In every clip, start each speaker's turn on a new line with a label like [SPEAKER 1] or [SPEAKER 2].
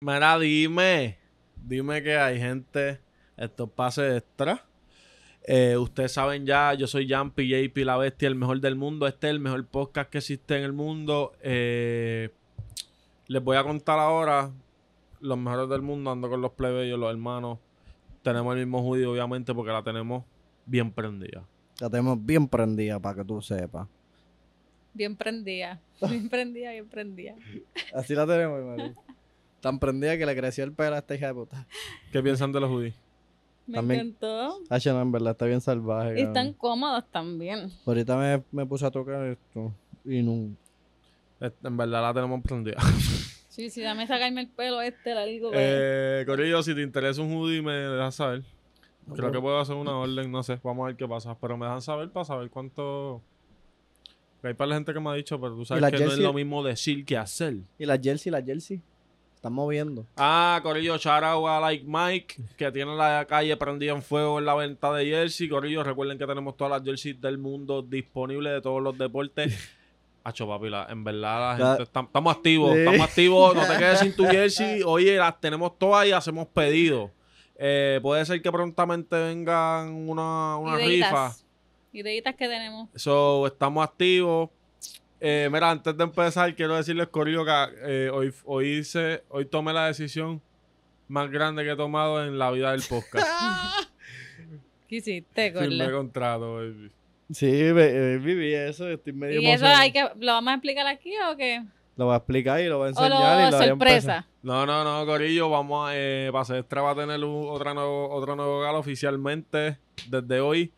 [SPEAKER 1] Mira, dime. Dime que hay gente. Estos pases extra. Eh, ustedes saben ya, yo soy Jan PJP La Bestia, el mejor del mundo. Este es el mejor podcast que existe en el mundo. Eh, les voy a contar ahora los mejores del mundo. Ando con los plebeyos, los hermanos. Tenemos el mismo judío, obviamente, porque la tenemos bien prendida.
[SPEAKER 2] La tenemos bien prendida para que tú sepas.
[SPEAKER 3] Bien prendida. Bien prendida, bien prendida.
[SPEAKER 2] Así la tenemos, Maru. Tan prendida que le creció el pelo a esta hija de puta.
[SPEAKER 1] ¿Qué piensan de los judíos?
[SPEAKER 3] Me
[SPEAKER 2] También-
[SPEAKER 3] encantó.
[SPEAKER 2] H, no, en verdad está bien salvaje.
[SPEAKER 3] Y
[SPEAKER 2] cabrón.
[SPEAKER 3] están cómodas también.
[SPEAKER 2] Ahorita me, me puse a tocar esto y nunca.
[SPEAKER 1] Eh, En verdad la tenemos prendida.
[SPEAKER 3] Sí, sí, dame sacarme el pelo este largo. güey.
[SPEAKER 1] Eh, Corillo, si te interesa un hoodie, me dejas saber. Creo que puedo hacer una orden, no sé, vamos a ver qué pasa. Pero me dejan saber para saber cuánto. Porque Hay para la gente que me ha dicho, pero tú sabes
[SPEAKER 2] la
[SPEAKER 1] que no es
[SPEAKER 2] jersey-
[SPEAKER 1] lo mismo decir que hacer.
[SPEAKER 2] Y las jersey, las jersey. Están moviendo.
[SPEAKER 1] Ah, Corillo, shout out a Like Mike, que tiene la calle prendida en fuego en la venta de jersey. Corillo, recuerden que tenemos todas las jerseys del mundo disponibles de todos los deportes. Hacho, papi, la- en verdad, la
[SPEAKER 2] La-
[SPEAKER 1] gente, está- estamos activos,
[SPEAKER 2] Sí.
[SPEAKER 1] estamos activos. No te quedes sin tu jersey. Oye, las tenemos todas y hacemos pedidos. Eh, puede ser que prontamente vengan una, una rifa.
[SPEAKER 3] Ideitas. Ideitas que tenemos.
[SPEAKER 1] So, estamos activos. Eh, mira, antes de empezar, quiero decirles, Corillo, que eh, hoy, hoy, hice, hoy tomé la decisión más grande que he tomado en la vida del podcast.
[SPEAKER 3] ¿Qué hiciste,
[SPEAKER 1] Firmé
[SPEAKER 3] Corle?
[SPEAKER 1] contrato, baby.
[SPEAKER 2] Sí, ve- eh, viví eso. Estoy medio
[SPEAKER 3] ¿Y eso
[SPEAKER 2] emocionado.
[SPEAKER 3] hay que, lo vamos a explicar aquí o qué?
[SPEAKER 2] Lo voy a explicar y lo voy a
[SPEAKER 3] ¿O
[SPEAKER 2] enseñar.
[SPEAKER 3] lo
[SPEAKER 2] y lo voy a empezar.
[SPEAKER 3] sorpresa?
[SPEAKER 1] No, no, no, Corillo, vamos a... Eh, Pase Extra va a tener un- otra nuevo, otro nuevo gala oficialmente desde hoy.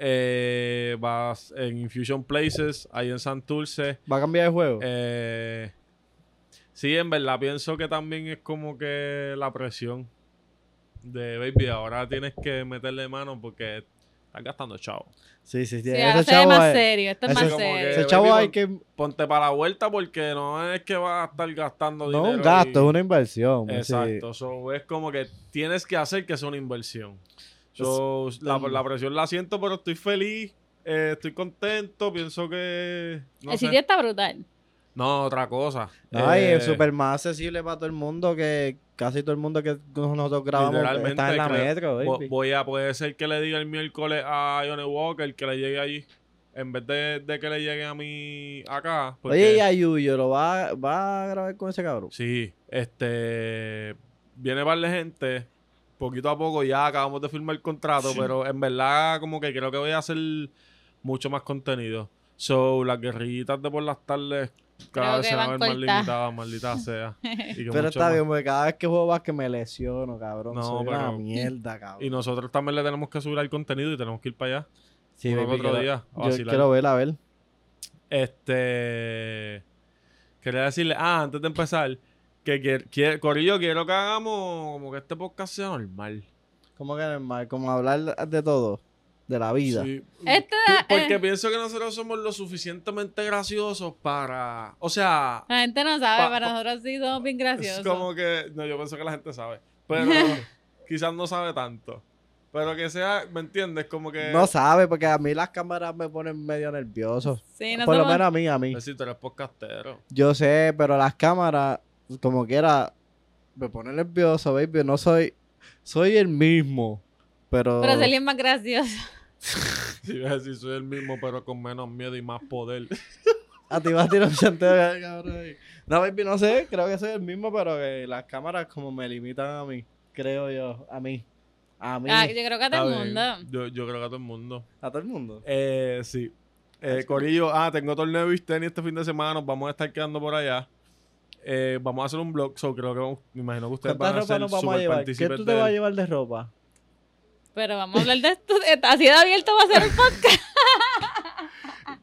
[SPEAKER 1] Eh, va en Infusion Places, ahí en Santurce.
[SPEAKER 2] ¿Va a cambiar de juego?
[SPEAKER 1] Eh, sí, en verdad pienso que también es como que la presión de baby. Ahora tienes que meterle mano porque estás gastando chavo.
[SPEAKER 2] sí, sí, sí.
[SPEAKER 3] Sí, ahora
[SPEAKER 2] ese
[SPEAKER 3] se ve
[SPEAKER 2] chavo,
[SPEAKER 3] más
[SPEAKER 2] es-
[SPEAKER 3] serio. Esto es
[SPEAKER 2] ese
[SPEAKER 3] más
[SPEAKER 2] es
[SPEAKER 1] como que-
[SPEAKER 3] serio.
[SPEAKER 2] ese chavo
[SPEAKER 1] Baby,
[SPEAKER 2] hay que... No,
[SPEAKER 1] Ponte para la vuelta porque no es que vas a estar gastando dinero.
[SPEAKER 2] un gasto,
[SPEAKER 1] y-
[SPEAKER 2] es una inversión. sí.
[SPEAKER 1] Exacto. So, es como que tienes que hacer que sea una inversión. So, la, la presión la siento, pero estoy feliz. eh, estoy contento. Pienso que. No,
[SPEAKER 3] el
[SPEAKER 1] sé.
[SPEAKER 3] sitio está brutal.
[SPEAKER 1] No, otra cosa.
[SPEAKER 2] No, y
[SPEAKER 1] Eh,
[SPEAKER 2] es súper más accesible para todo el mundo que casi todo el mundo que nosotros grabamos pues,
[SPEAKER 1] Literalmente,
[SPEAKER 2] está en la
[SPEAKER 1] creo-
[SPEAKER 2] metro.
[SPEAKER 1] Vo-
[SPEAKER 2] baby.
[SPEAKER 1] Voy a, puede ser que le diga el miércoles a Johnny Walker que le llegue allí. En vez de, de que le llegue a mí acá. porque-
[SPEAKER 2] Oye, y a Yuyo, ¿lo va, va a grabar con ese cabrón?
[SPEAKER 1] Sí, este. Viene par de gente. Poquito a poco ya acabamos de firmar el contrato, pero en verdad, como que creo que voy a hacer mucho más contenido. So, las guerrillitas de por las tardes cada
[SPEAKER 3] Creo
[SPEAKER 1] vez
[SPEAKER 3] que
[SPEAKER 1] se van a ver
[SPEAKER 3] van
[SPEAKER 1] más
[SPEAKER 3] cortas.
[SPEAKER 1] limitadas, maldita sea. Y que
[SPEAKER 2] Pero
[SPEAKER 1] mucho
[SPEAKER 2] está
[SPEAKER 1] más.
[SPEAKER 2] bien, porque cada vez que juego básquet me lesiono, cabrón.
[SPEAKER 1] No,
[SPEAKER 2] Soy una
[SPEAKER 1] pero-
[SPEAKER 2] mierda, cabrón.
[SPEAKER 1] Y nosotros también le tenemos que subir al contenido y tenemos que ir para allá.
[SPEAKER 2] sí,
[SPEAKER 1] Luego
[SPEAKER 2] baby,
[SPEAKER 1] otro
[SPEAKER 2] quiero-
[SPEAKER 1] día, a
[SPEAKER 2] Yo
[SPEAKER 1] vacilar.
[SPEAKER 2] quiero ver, a ver.
[SPEAKER 1] Este. Quería decirle, ah, antes de empezar, que, que, que- Corillo, quiero que hagamos como que este podcast sea normal.
[SPEAKER 2] ¿Cómo que normal? Como hablar de todo, de la vida.
[SPEAKER 1] Sí.
[SPEAKER 3] Este,
[SPEAKER 1] Pi- Porque
[SPEAKER 3] eh,
[SPEAKER 1] pienso que nosotros somos lo suficientemente graciosos para. O sea,
[SPEAKER 3] la gente no sabe,
[SPEAKER 1] Pa-
[SPEAKER 3] para
[SPEAKER 1] pa-
[SPEAKER 3] nosotros sí somos bien
[SPEAKER 1] es
[SPEAKER 3] graciosos.
[SPEAKER 1] como que. No, yo pienso que la gente sabe. Pero quizás no sabe tanto. Pero que sea, ¿me entiendes? Como que.
[SPEAKER 2] No sabe, porque a mí las cámaras me ponen medio nervioso.
[SPEAKER 3] Sí, no
[SPEAKER 2] Por lo
[SPEAKER 3] somos-
[SPEAKER 2] menos a mí, a mí.
[SPEAKER 1] si tú eres podcastero.
[SPEAKER 2] Yo sé, pero las cámaras, como quiera, me pone nervioso, baby. No soy. Soy el mismo. Pero.
[SPEAKER 3] Pero sería más gracioso.
[SPEAKER 1] Si ves, si soy el mismo, pero con menos miedo y más poder.
[SPEAKER 2] A ti vas a tirar un chanteo, cabrón. No, baby, no sé. Creo que soy el mismo, pero que las cámaras, como me limitan a mí. Creo yo. A mí. A mí.
[SPEAKER 3] Ah, yo creo que a todo el
[SPEAKER 1] Está bien.
[SPEAKER 3] mundo.
[SPEAKER 1] Yo, yo creo que a todo el mundo.
[SPEAKER 2] A todo el mundo.
[SPEAKER 1] Eh, sí. Eh, Corillo, ah, tengo torneo de beach tenis este fin de semana. Nos vamos a estar quedando por allá. Eh, vamos a hacer un blog. So, creo que vamos- me imagino que ustedes
[SPEAKER 2] ¿Cuánta
[SPEAKER 1] van a
[SPEAKER 2] ropa
[SPEAKER 1] ser
[SPEAKER 2] nos vamos a
[SPEAKER 1] super
[SPEAKER 2] llevar? ¿Qué
[SPEAKER 1] partícipes
[SPEAKER 2] tú te
[SPEAKER 1] del-
[SPEAKER 2] vas a llevar de ropa?
[SPEAKER 3] Pero vamos a hablar de esto. eh, Así de abierto va a ser un podcast.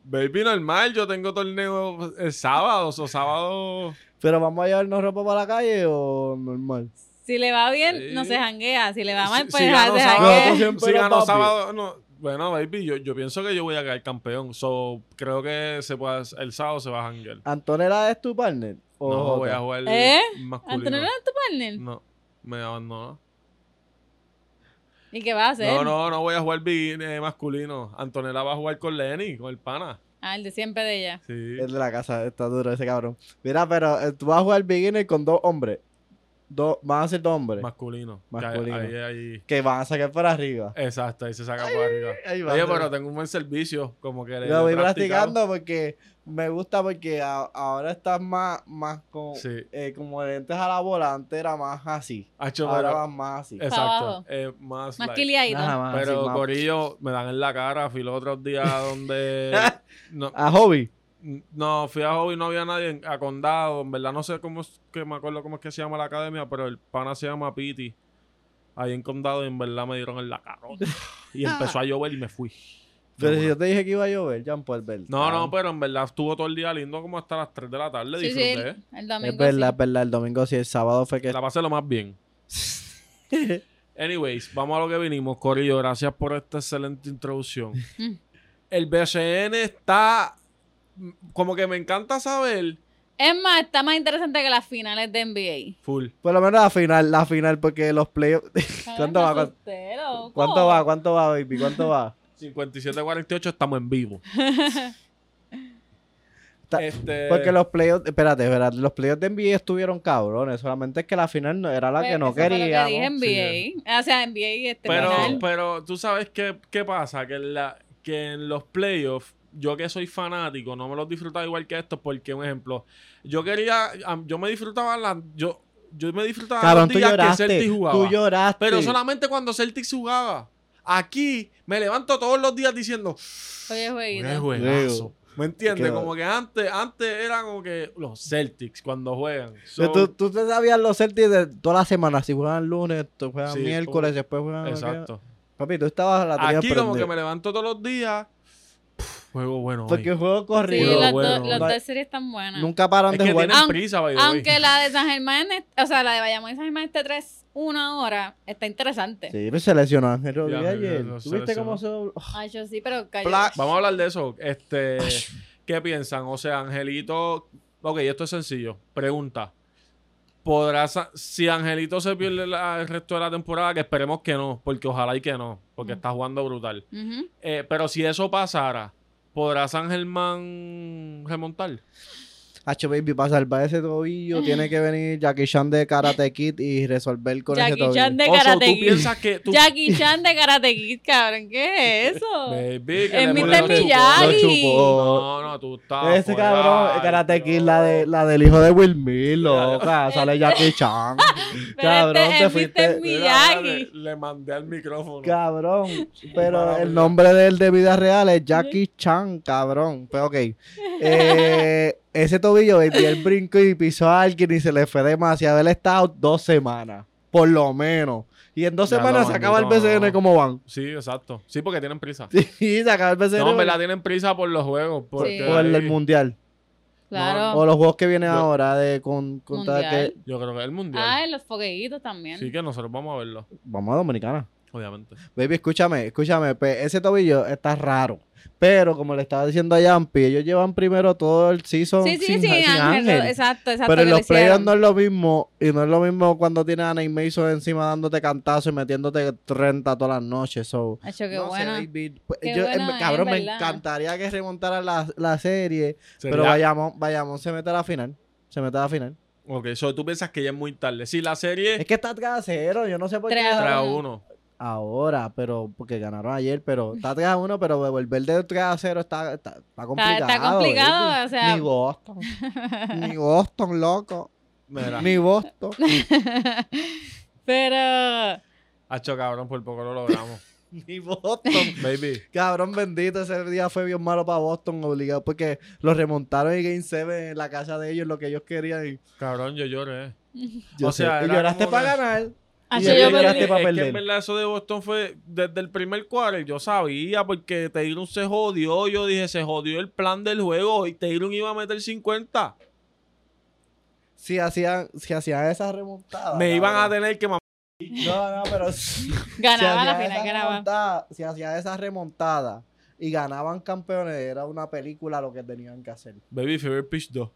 [SPEAKER 1] Baby, normal. Yo tengo torneo el eh, sábado. O sábado.
[SPEAKER 2] ¿Pero vamos a llevarnos ropa para la calle o normal?
[SPEAKER 3] Si le va bien, no
[SPEAKER 1] Sí.
[SPEAKER 3] se janguea. Si le va mal,
[SPEAKER 1] Si-
[SPEAKER 3] pues
[SPEAKER 1] si
[SPEAKER 3] ja-
[SPEAKER 1] gano
[SPEAKER 3] se
[SPEAKER 1] sábado,
[SPEAKER 3] janguea.
[SPEAKER 2] siempre
[SPEAKER 1] si
[SPEAKER 2] era
[SPEAKER 1] gano
[SPEAKER 2] papi.
[SPEAKER 1] sábado, no. Bueno, baby, yo, yo pienso que yo voy a caer campeón. So, creo que se puede, el sábado se va a janguear.
[SPEAKER 2] ¿Antonella es tu partner? O
[SPEAKER 1] No, voy
[SPEAKER 2] otra?
[SPEAKER 1] a jugar
[SPEAKER 3] ¿Eh?
[SPEAKER 1] masculino.
[SPEAKER 3] Antonio no es tu partner.
[SPEAKER 1] No, me abandonó.
[SPEAKER 3] ¿Y qué va a hacer?
[SPEAKER 1] No, no, no voy a jugar bi- eh, masculino. Antonella va a jugar con Lenny, con el pana.
[SPEAKER 3] Ah, el de siempre de ella.
[SPEAKER 1] Sí.
[SPEAKER 2] Es de la casa, está duro ese cabrón. Mira, pero eh, tú vas a jugar beginner con dos hombres. dos, van a ser dos hombres
[SPEAKER 1] Masculino.
[SPEAKER 2] Masculino.
[SPEAKER 1] Que ahí- ahí-
[SPEAKER 2] que van a sacar para arriba.
[SPEAKER 1] exacto, ahí se saca para arriba.
[SPEAKER 2] Ahí va,
[SPEAKER 1] Eh, Oye,
[SPEAKER 2] ahí va.
[SPEAKER 1] pero tengo un buen servicio. Como que le-
[SPEAKER 2] Lo
[SPEAKER 1] le
[SPEAKER 2] voy
[SPEAKER 1] he practicado.
[SPEAKER 2] practicando porque me gusta porque a- ahora estás más, más con,
[SPEAKER 1] Sí.
[SPEAKER 2] eh, como le entras a la bola, antes era más así.
[SPEAKER 1] Hacho,
[SPEAKER 2] ahora
[SPEAKER 1] pero-
[SPEAKER 2] vas más así.
[SPEAKER 1] Exacto.
[SPEAKER 3] abajo.
[SPEAKER 1] eh, más
[SPEAKER 3] Más
[SPEAKER 1] like-
[SPEAKER 3] quiliadito.
[SPEAKER 2] Nada más,
[SPEAKER 1] Pero
[SPEAKER 2] así, Ah, más-
[SPEAKER 1] Corillo, me dan en la cara. Fui los otros días donde. no,
[SPEAKER 2] A hobby.
[SPEAKER 1] no, fui a Hobby, no había nadie en- a Condado. En verdad, no sé cómo es que me acuerdo cómo es que se llama la academia, pero el pana se llama Piti. Ahí en Condado, y en verdad me dieron en la carota. Y empezó a llover y me fui.
[SPEAKER 2] Pero
[SPEAKER 1] De
[SPEAKER 2] si
[SPEAKER 1] una.
[SPEAKER 2] yo te dije que iba a llover, pues Jean Paul Beltrán.
[SPEAKER 1] No, no, pues, pero en verdad estuvo todo el día lindo como hasta las 3 de la tarde.
[SPEAKER 3] Sí, sí,
[SPEAKER 1] disfruté.
[SPEAKER 3] el, el domingo.
[SPEAKER 2] Es verdad,
[SPEAKER 3] sí.
[SPEAKER 2] es verdad. El domingo sí, el sábado fue que.
[SPEAKER 1] La pasé lo más bien. Anyways, vamos a lo que vinimos, Corillo. Gracias por esta excelente introducción.
[SPEAKER 3] Mm.
[SPEAKER 1] El BCN está. mm, Como que me encanta saber.
[SPEAKER 3] Es más, está más interesante que las finales de NBA.
[SPEAKER 1] Full.
[SPEAKER 2] Por lo menos la final, la final, porque los playoffs. ¿Cuánto va?
[SPEAKER 3] Ay, me asusté, loco.
[SPEAKER 2] ¿Cuánto va? ¿Cuánto va, baby? ¿Cuánto va?
[SPEAKER 1] 57-48 estamos en vivo.
[SPEAKER 2] Ta-
[SPEAKER 1] Este,
[SPEAKER 2] Porque los playoffs, espérate, espérate, los playoffs de NBA estuvieron cabrones, solamente es que la final no, era la
[SPEAKER 3] Pues,
[SPEAKER 2] que no
[SPEAKER 3] eso fue lo que
[SPEAKER 2] queríamos.
[SPEAKER 3] dije, NBA. O sea, NBA este
[SPEAKER 1] pero,
[SPEAKER 3] final.
[SPEAKER 1] pero tú sabes qué, qué pasa, que, en la, que en los playoffs, yo que soy fanático, no me los disfrutaba igual que estos, porque un ejemplo, yo quería, am- yo me disfrutaba la, yo, yo me disfrutaba
[SPEAKER 2] Cabrón,
[SPEAKER 1] los
[SPEAKER 2] tú
[SPEAKER 1] días Ah, que
[SPEAKER 2] lloraste,
[SPEAKER 1] Celtic jugaba.
[SPEAKER 2] tú lloraste.
[SPEAKER 1] Pero solamente cuando Celtics jugaba. Aquí me levanto todos los días diciendo,
[SPEAKER 3] Oye, jueguito.
[SPEAKER 1] "Qué juegazo". ¿Me entiendes?
[SPEAKER 2] Qué-
[SPEAKER 1] Como que antes, antes era como que los Celtics cuando juegan. son-
[SPEAKER 2] Pero tú, tú te sabías los Celtics de todas las semanas, si juegan lunes, tú juegan
[SPEAKER 1] Sí,
[SPEAKER 2] miércoles, después juegan...
[SPEAKER 1] Exacto.
[SPEAKER 2] Papi, tú estabas la tenías
[SPEAKER 1] Aquí como que
[SPEAKER 2] prendida.
[SPEAKER 1] me levanto todos los días. "Pff, Juego bueno.
[SPEAKER 2] Porque
[SPEAKER 1] hoy".
[SPEAKER 2] el juego
[SPEAKER 3] Sí,
[SPEAKER 2] corrido,
[SPEAKER 1] Pero
[SPEAKER 3] las,
[SPEAKER 1] bueno,
[SPEAKER 3] dos, las
[SPEAKER 2] no-
[SPEAKER 3] dos series están buenas.
[SPEAKER 2] nunca paran
[SPEAKER 1] Es
[SPEAKER 2] de
[SPEAKER 1] que
[SPEAKER 2] jugar.
[SPEAKER 1] tienen
[SPEAKER 3] Aun-
[SPEAKER 1] prisa, by the way.
[SPEAKER 3] Aunque la de San Germán, es- o sea, la de Bayamón y San Germán este 3, una hora, está interesante.
[SPEAKER 2] Sí, pero se lesionó Ángel
[SPEAKER 1] Ya,
[SPEAKER 2] Rodríguez ayer.
[SPEAKER 1] se
[SPEAKER 2] ¿Tú viste cómo se dobló?
[SPEAKER 3] Ay, yo sí, pero cayó.
[SPEAKER 2] Pla-
[SPEAKER 1] Vamos a hablar de eso. Este, ¿Qué piensan? O sea, Angelito. Ok, esto es sencillo. Pregunta. ¿Podrá sa- si Angelito se pierde la- el resto de la temporada, que esperemos que no, porque ojalá y que no, porque
[SPEAKER 3] Mm.
[SPEAKER 1] está jugando brutal.
[SPEAKER 3] Ujú.
[SPEAKER 1] Eh, pero si eso pasara, ¿podrá San Germán remontar?
[SPEAKER 2] Hacho, baby, para salvar ese tobillo tiene que venir Jackie Chan de Karate Kid y resolver con ese
[SPEAKER 3] Jackie
[SPEAKER 2] tobillo.
[SPEAKER 3] Chan de
[SPEAKER 1] Oso,
[SPEAKER 3] Karate
[SPEAKER 1] ¿tú
[SPEAKER 3] Kid.
[SPEAKER 1] piensas que tú...
[SPEAKER 3] Jackie Chan de Karate Kid, cabrón, ¿qué es eso?
[SPEAKER 1] Baby, que
[SPEAKER 3] Es
[SPEAKER 1] le
[SPEAKER 3] Mr.
[SPEAKER 1] ponen los
[SPEAKER 3] Miyagi.
[SPEAKER 1] chupos.
[SPEAKER 2] Lo chupó.
[SPEAKER 1] No, no, tú estás...
[SPEAKER 2] Ese
[SPEAKER 1] fuera,
[SPEAKER 2] cabrón,
[SPEAKER 1] ay,
[SPEAKER 2] el Karate Kid,
[SPEAKER 1] Dios.
[SPEAKER 2] la, de, la del hijo de Will Smith, loca, sale Jackie Chan.
[SPEAKER 3] Pero
[SPEAKER 2] cabrón,
[SPEAKER 3] este
[SPEAKER 2] te
[SPEAKER 3] es
[SPEAKER 2] fuiste-
[SPEAKER 3] Mr.
[SPEAKER 1] Mira, Le,
[SPEAKER 3] Miyagi.
[SPEAKER 1] le mandé al micrófono.
[SPEAKER 2] Cabrón, pero
[SPEAKER 1] Maravilla.
[SPEAKER 2] el nombre de él de vida real es Jackie Chan, cabrón. Pero ok, eh, ese tobillo, baby, él brincó y pisó a alguien y se le fue demasiado. Él ha estado dos semanas, por lo menos. Y en dos
[SPEAKER 1] Ya lo
[SPEAKER 2] semanas se acaba el
[SPEAKER 1] maldito,
[SPEAKER 2] BCN,
[SPEAKER 1] no.
[SPEAKER 2] ¿cómo van?
[SPEAKER 1] Sí, exacto. Sí, porque tienen prisa.
[SPEAKER 2] Sí, se acaba el BCN.
[SPEAKER 1] No, en verdad tienen prisa por los juegos. Porque
[SPEAKER 3] Sí.
[SPEAKER 2] O el, del
[SPEAKER 1] ahí-
[SPEAKER 2] mundial.
[SPEAKER 3] Claro.
[SPEAKER 2] O los juegos que vienen
[SPEAKER 1] Yo-
[SPEAKER 2] ahora de con, contra
[SPEAKER 3] Mundial.
[SPEAKER 2] que.
[SPEAKER 1] Yo creo que es el mundial.
[SPEAKER 3] Ah, y los fogueitos también.
[SPEAKER 1] sí que nosotros vamos a verlo,
[SPEAKER 2] Vamos a Dominicana.
[SPEAKER 1] obviamente.
[SPEAKER 2] Baby, escúchame, escúchame. pe- ese tobillo está raro. Pero como le estaba diciendo a Yampi, ellos llevan primero todo el season
[SPEAKER 3] sí, sí,
[SPEAKER 2] sin,
[SPEAKER 3] sí,
[SPEAKER 2] sin
[SPEAKER 3] Ángel,
[SPEAKER 2] Ángel.
[SPEAKER 3] Exacto, exacto.
[SPEAKER 2] Pero
[SPEAKER 3] que
[SPEAKER 2] en
[SPEAKER 3] lo
[SPEAKER 2] los playoffs
[SPEAKER 3] hicieron.
[SPEAKER 2] no es lo mismo. Y no es lo mismo cuando tienes a Nate Mason encima dándote cantazo y metiéndote 30 todas las noches. So.
[SPEAKER 3] Acho, qué
[SPEAKER 2] no sé,
[SPEAKER 3] bueno.
[SPEAKER 2] baby, pues,
[SPEAKER 3] Qué
[SPEAKER 2] yo, eh,
[SPEAKER 3] bueno, es
[SPEAKER 2] cabrón, me
[SPEAKER 3] verdad.
[SPEAKER 2] encantaría que remontara la, la serie.
[SPEAKER 1] Sería-
[SPEAKER 2] Pero vayamos, vayamos, se mete a la final. Se mete a la final.
[SPEAKER 1] Ok, so tú piensas que ya es muy tarde. Sí, la serie
[SPEAKER 2] Es que está tras cero, yo no sé por
[SPEAKER 3] Tres
[SPEAKER 2] qué.
[SPEAKER 3] a
[SPEAKER 1] trae
[SPEAKER 3] uno.
[SPEAKER 1] uno.
[SPEAKER 2] Ahora, pero porque ganaron ayer, pero está 3 a 1, pero devolver de 3 a 0 está, está, está complicado.
[SPEAKER 3] está complicado,
[SPEAKER 2] baby.
[SPEAKER 3] o sea.
[SPEAKER 2] Ni Boston. ni Boston, loco.
[SPEAKER 1] Mira,
[SPEAKER 2] Ni Boston.
[SPEAKER 3] Pero.
[SPEAKER 1] hacho cabrón, por poco lo logramos.
[SPEAKER 2] ni Boston.
[SPEAKER 1] Baby,
[SPEAKER 2] Cabrón bendito, ese día fue bien malo para Boston, obligado, porque lo remontaron en Game 7 en la casa de ellos, lo que ellos querían. y-
[SPEAKER 1] cabrón, yo lloré.
[SPEAKER 2] yo
[SPEAKER 1] O sea,
[SPEAKER 2] y
[SPEAKER 1] era
[SPEAKER 2] lloraste
[SPEAKER 1] como
[SPEAKER 2] para
[SPEAKER 1] que-
[SPEAKER 2] ganar.
[SPEAKER 3] Acho,
[SPEAKER 2] yo
[SPEAKER 1] Es
[SPEAKER 3] yo
[SPEAKER 1] que-
[SPEAKER 2] lloraste
[SPEAKER 3] perdí.
[SPEAKER 2] pa'
[SPEAKER 1] es que
[SPEAKER 2] perder.
[SPEAKER 1] en verdad eso de Boston fue desde el primer quarter. Yo sabía porque Taylor se jodió. Yo dije, se jodió el plan del juego y Taylor iba a meter 50.
[SPEAKER 2] Si hacían, si hacían esas remontadas.
[SPEAKER 1] Me iban a
[SPEAKER 2] Ah, cabrón.
[SPEAKER 1] tener que mamar.
[SPEAKER 2] No, no, pero.
[SPEAKER 3] Ganaba
[SPEAKER 2] si
[SPEAKER 3] la
[SPEAKER 2] hacían
[SPEAKER 3] final,
[SPEAKER 2] esa
[SPEAKER 3] ganaba.
[SPEAKER 2] remontada- si hacían esa remontada y ganaban campeones, era una película lo que tenían que hacer.
[SPEAKER 1] Baby Fever Pitch 2.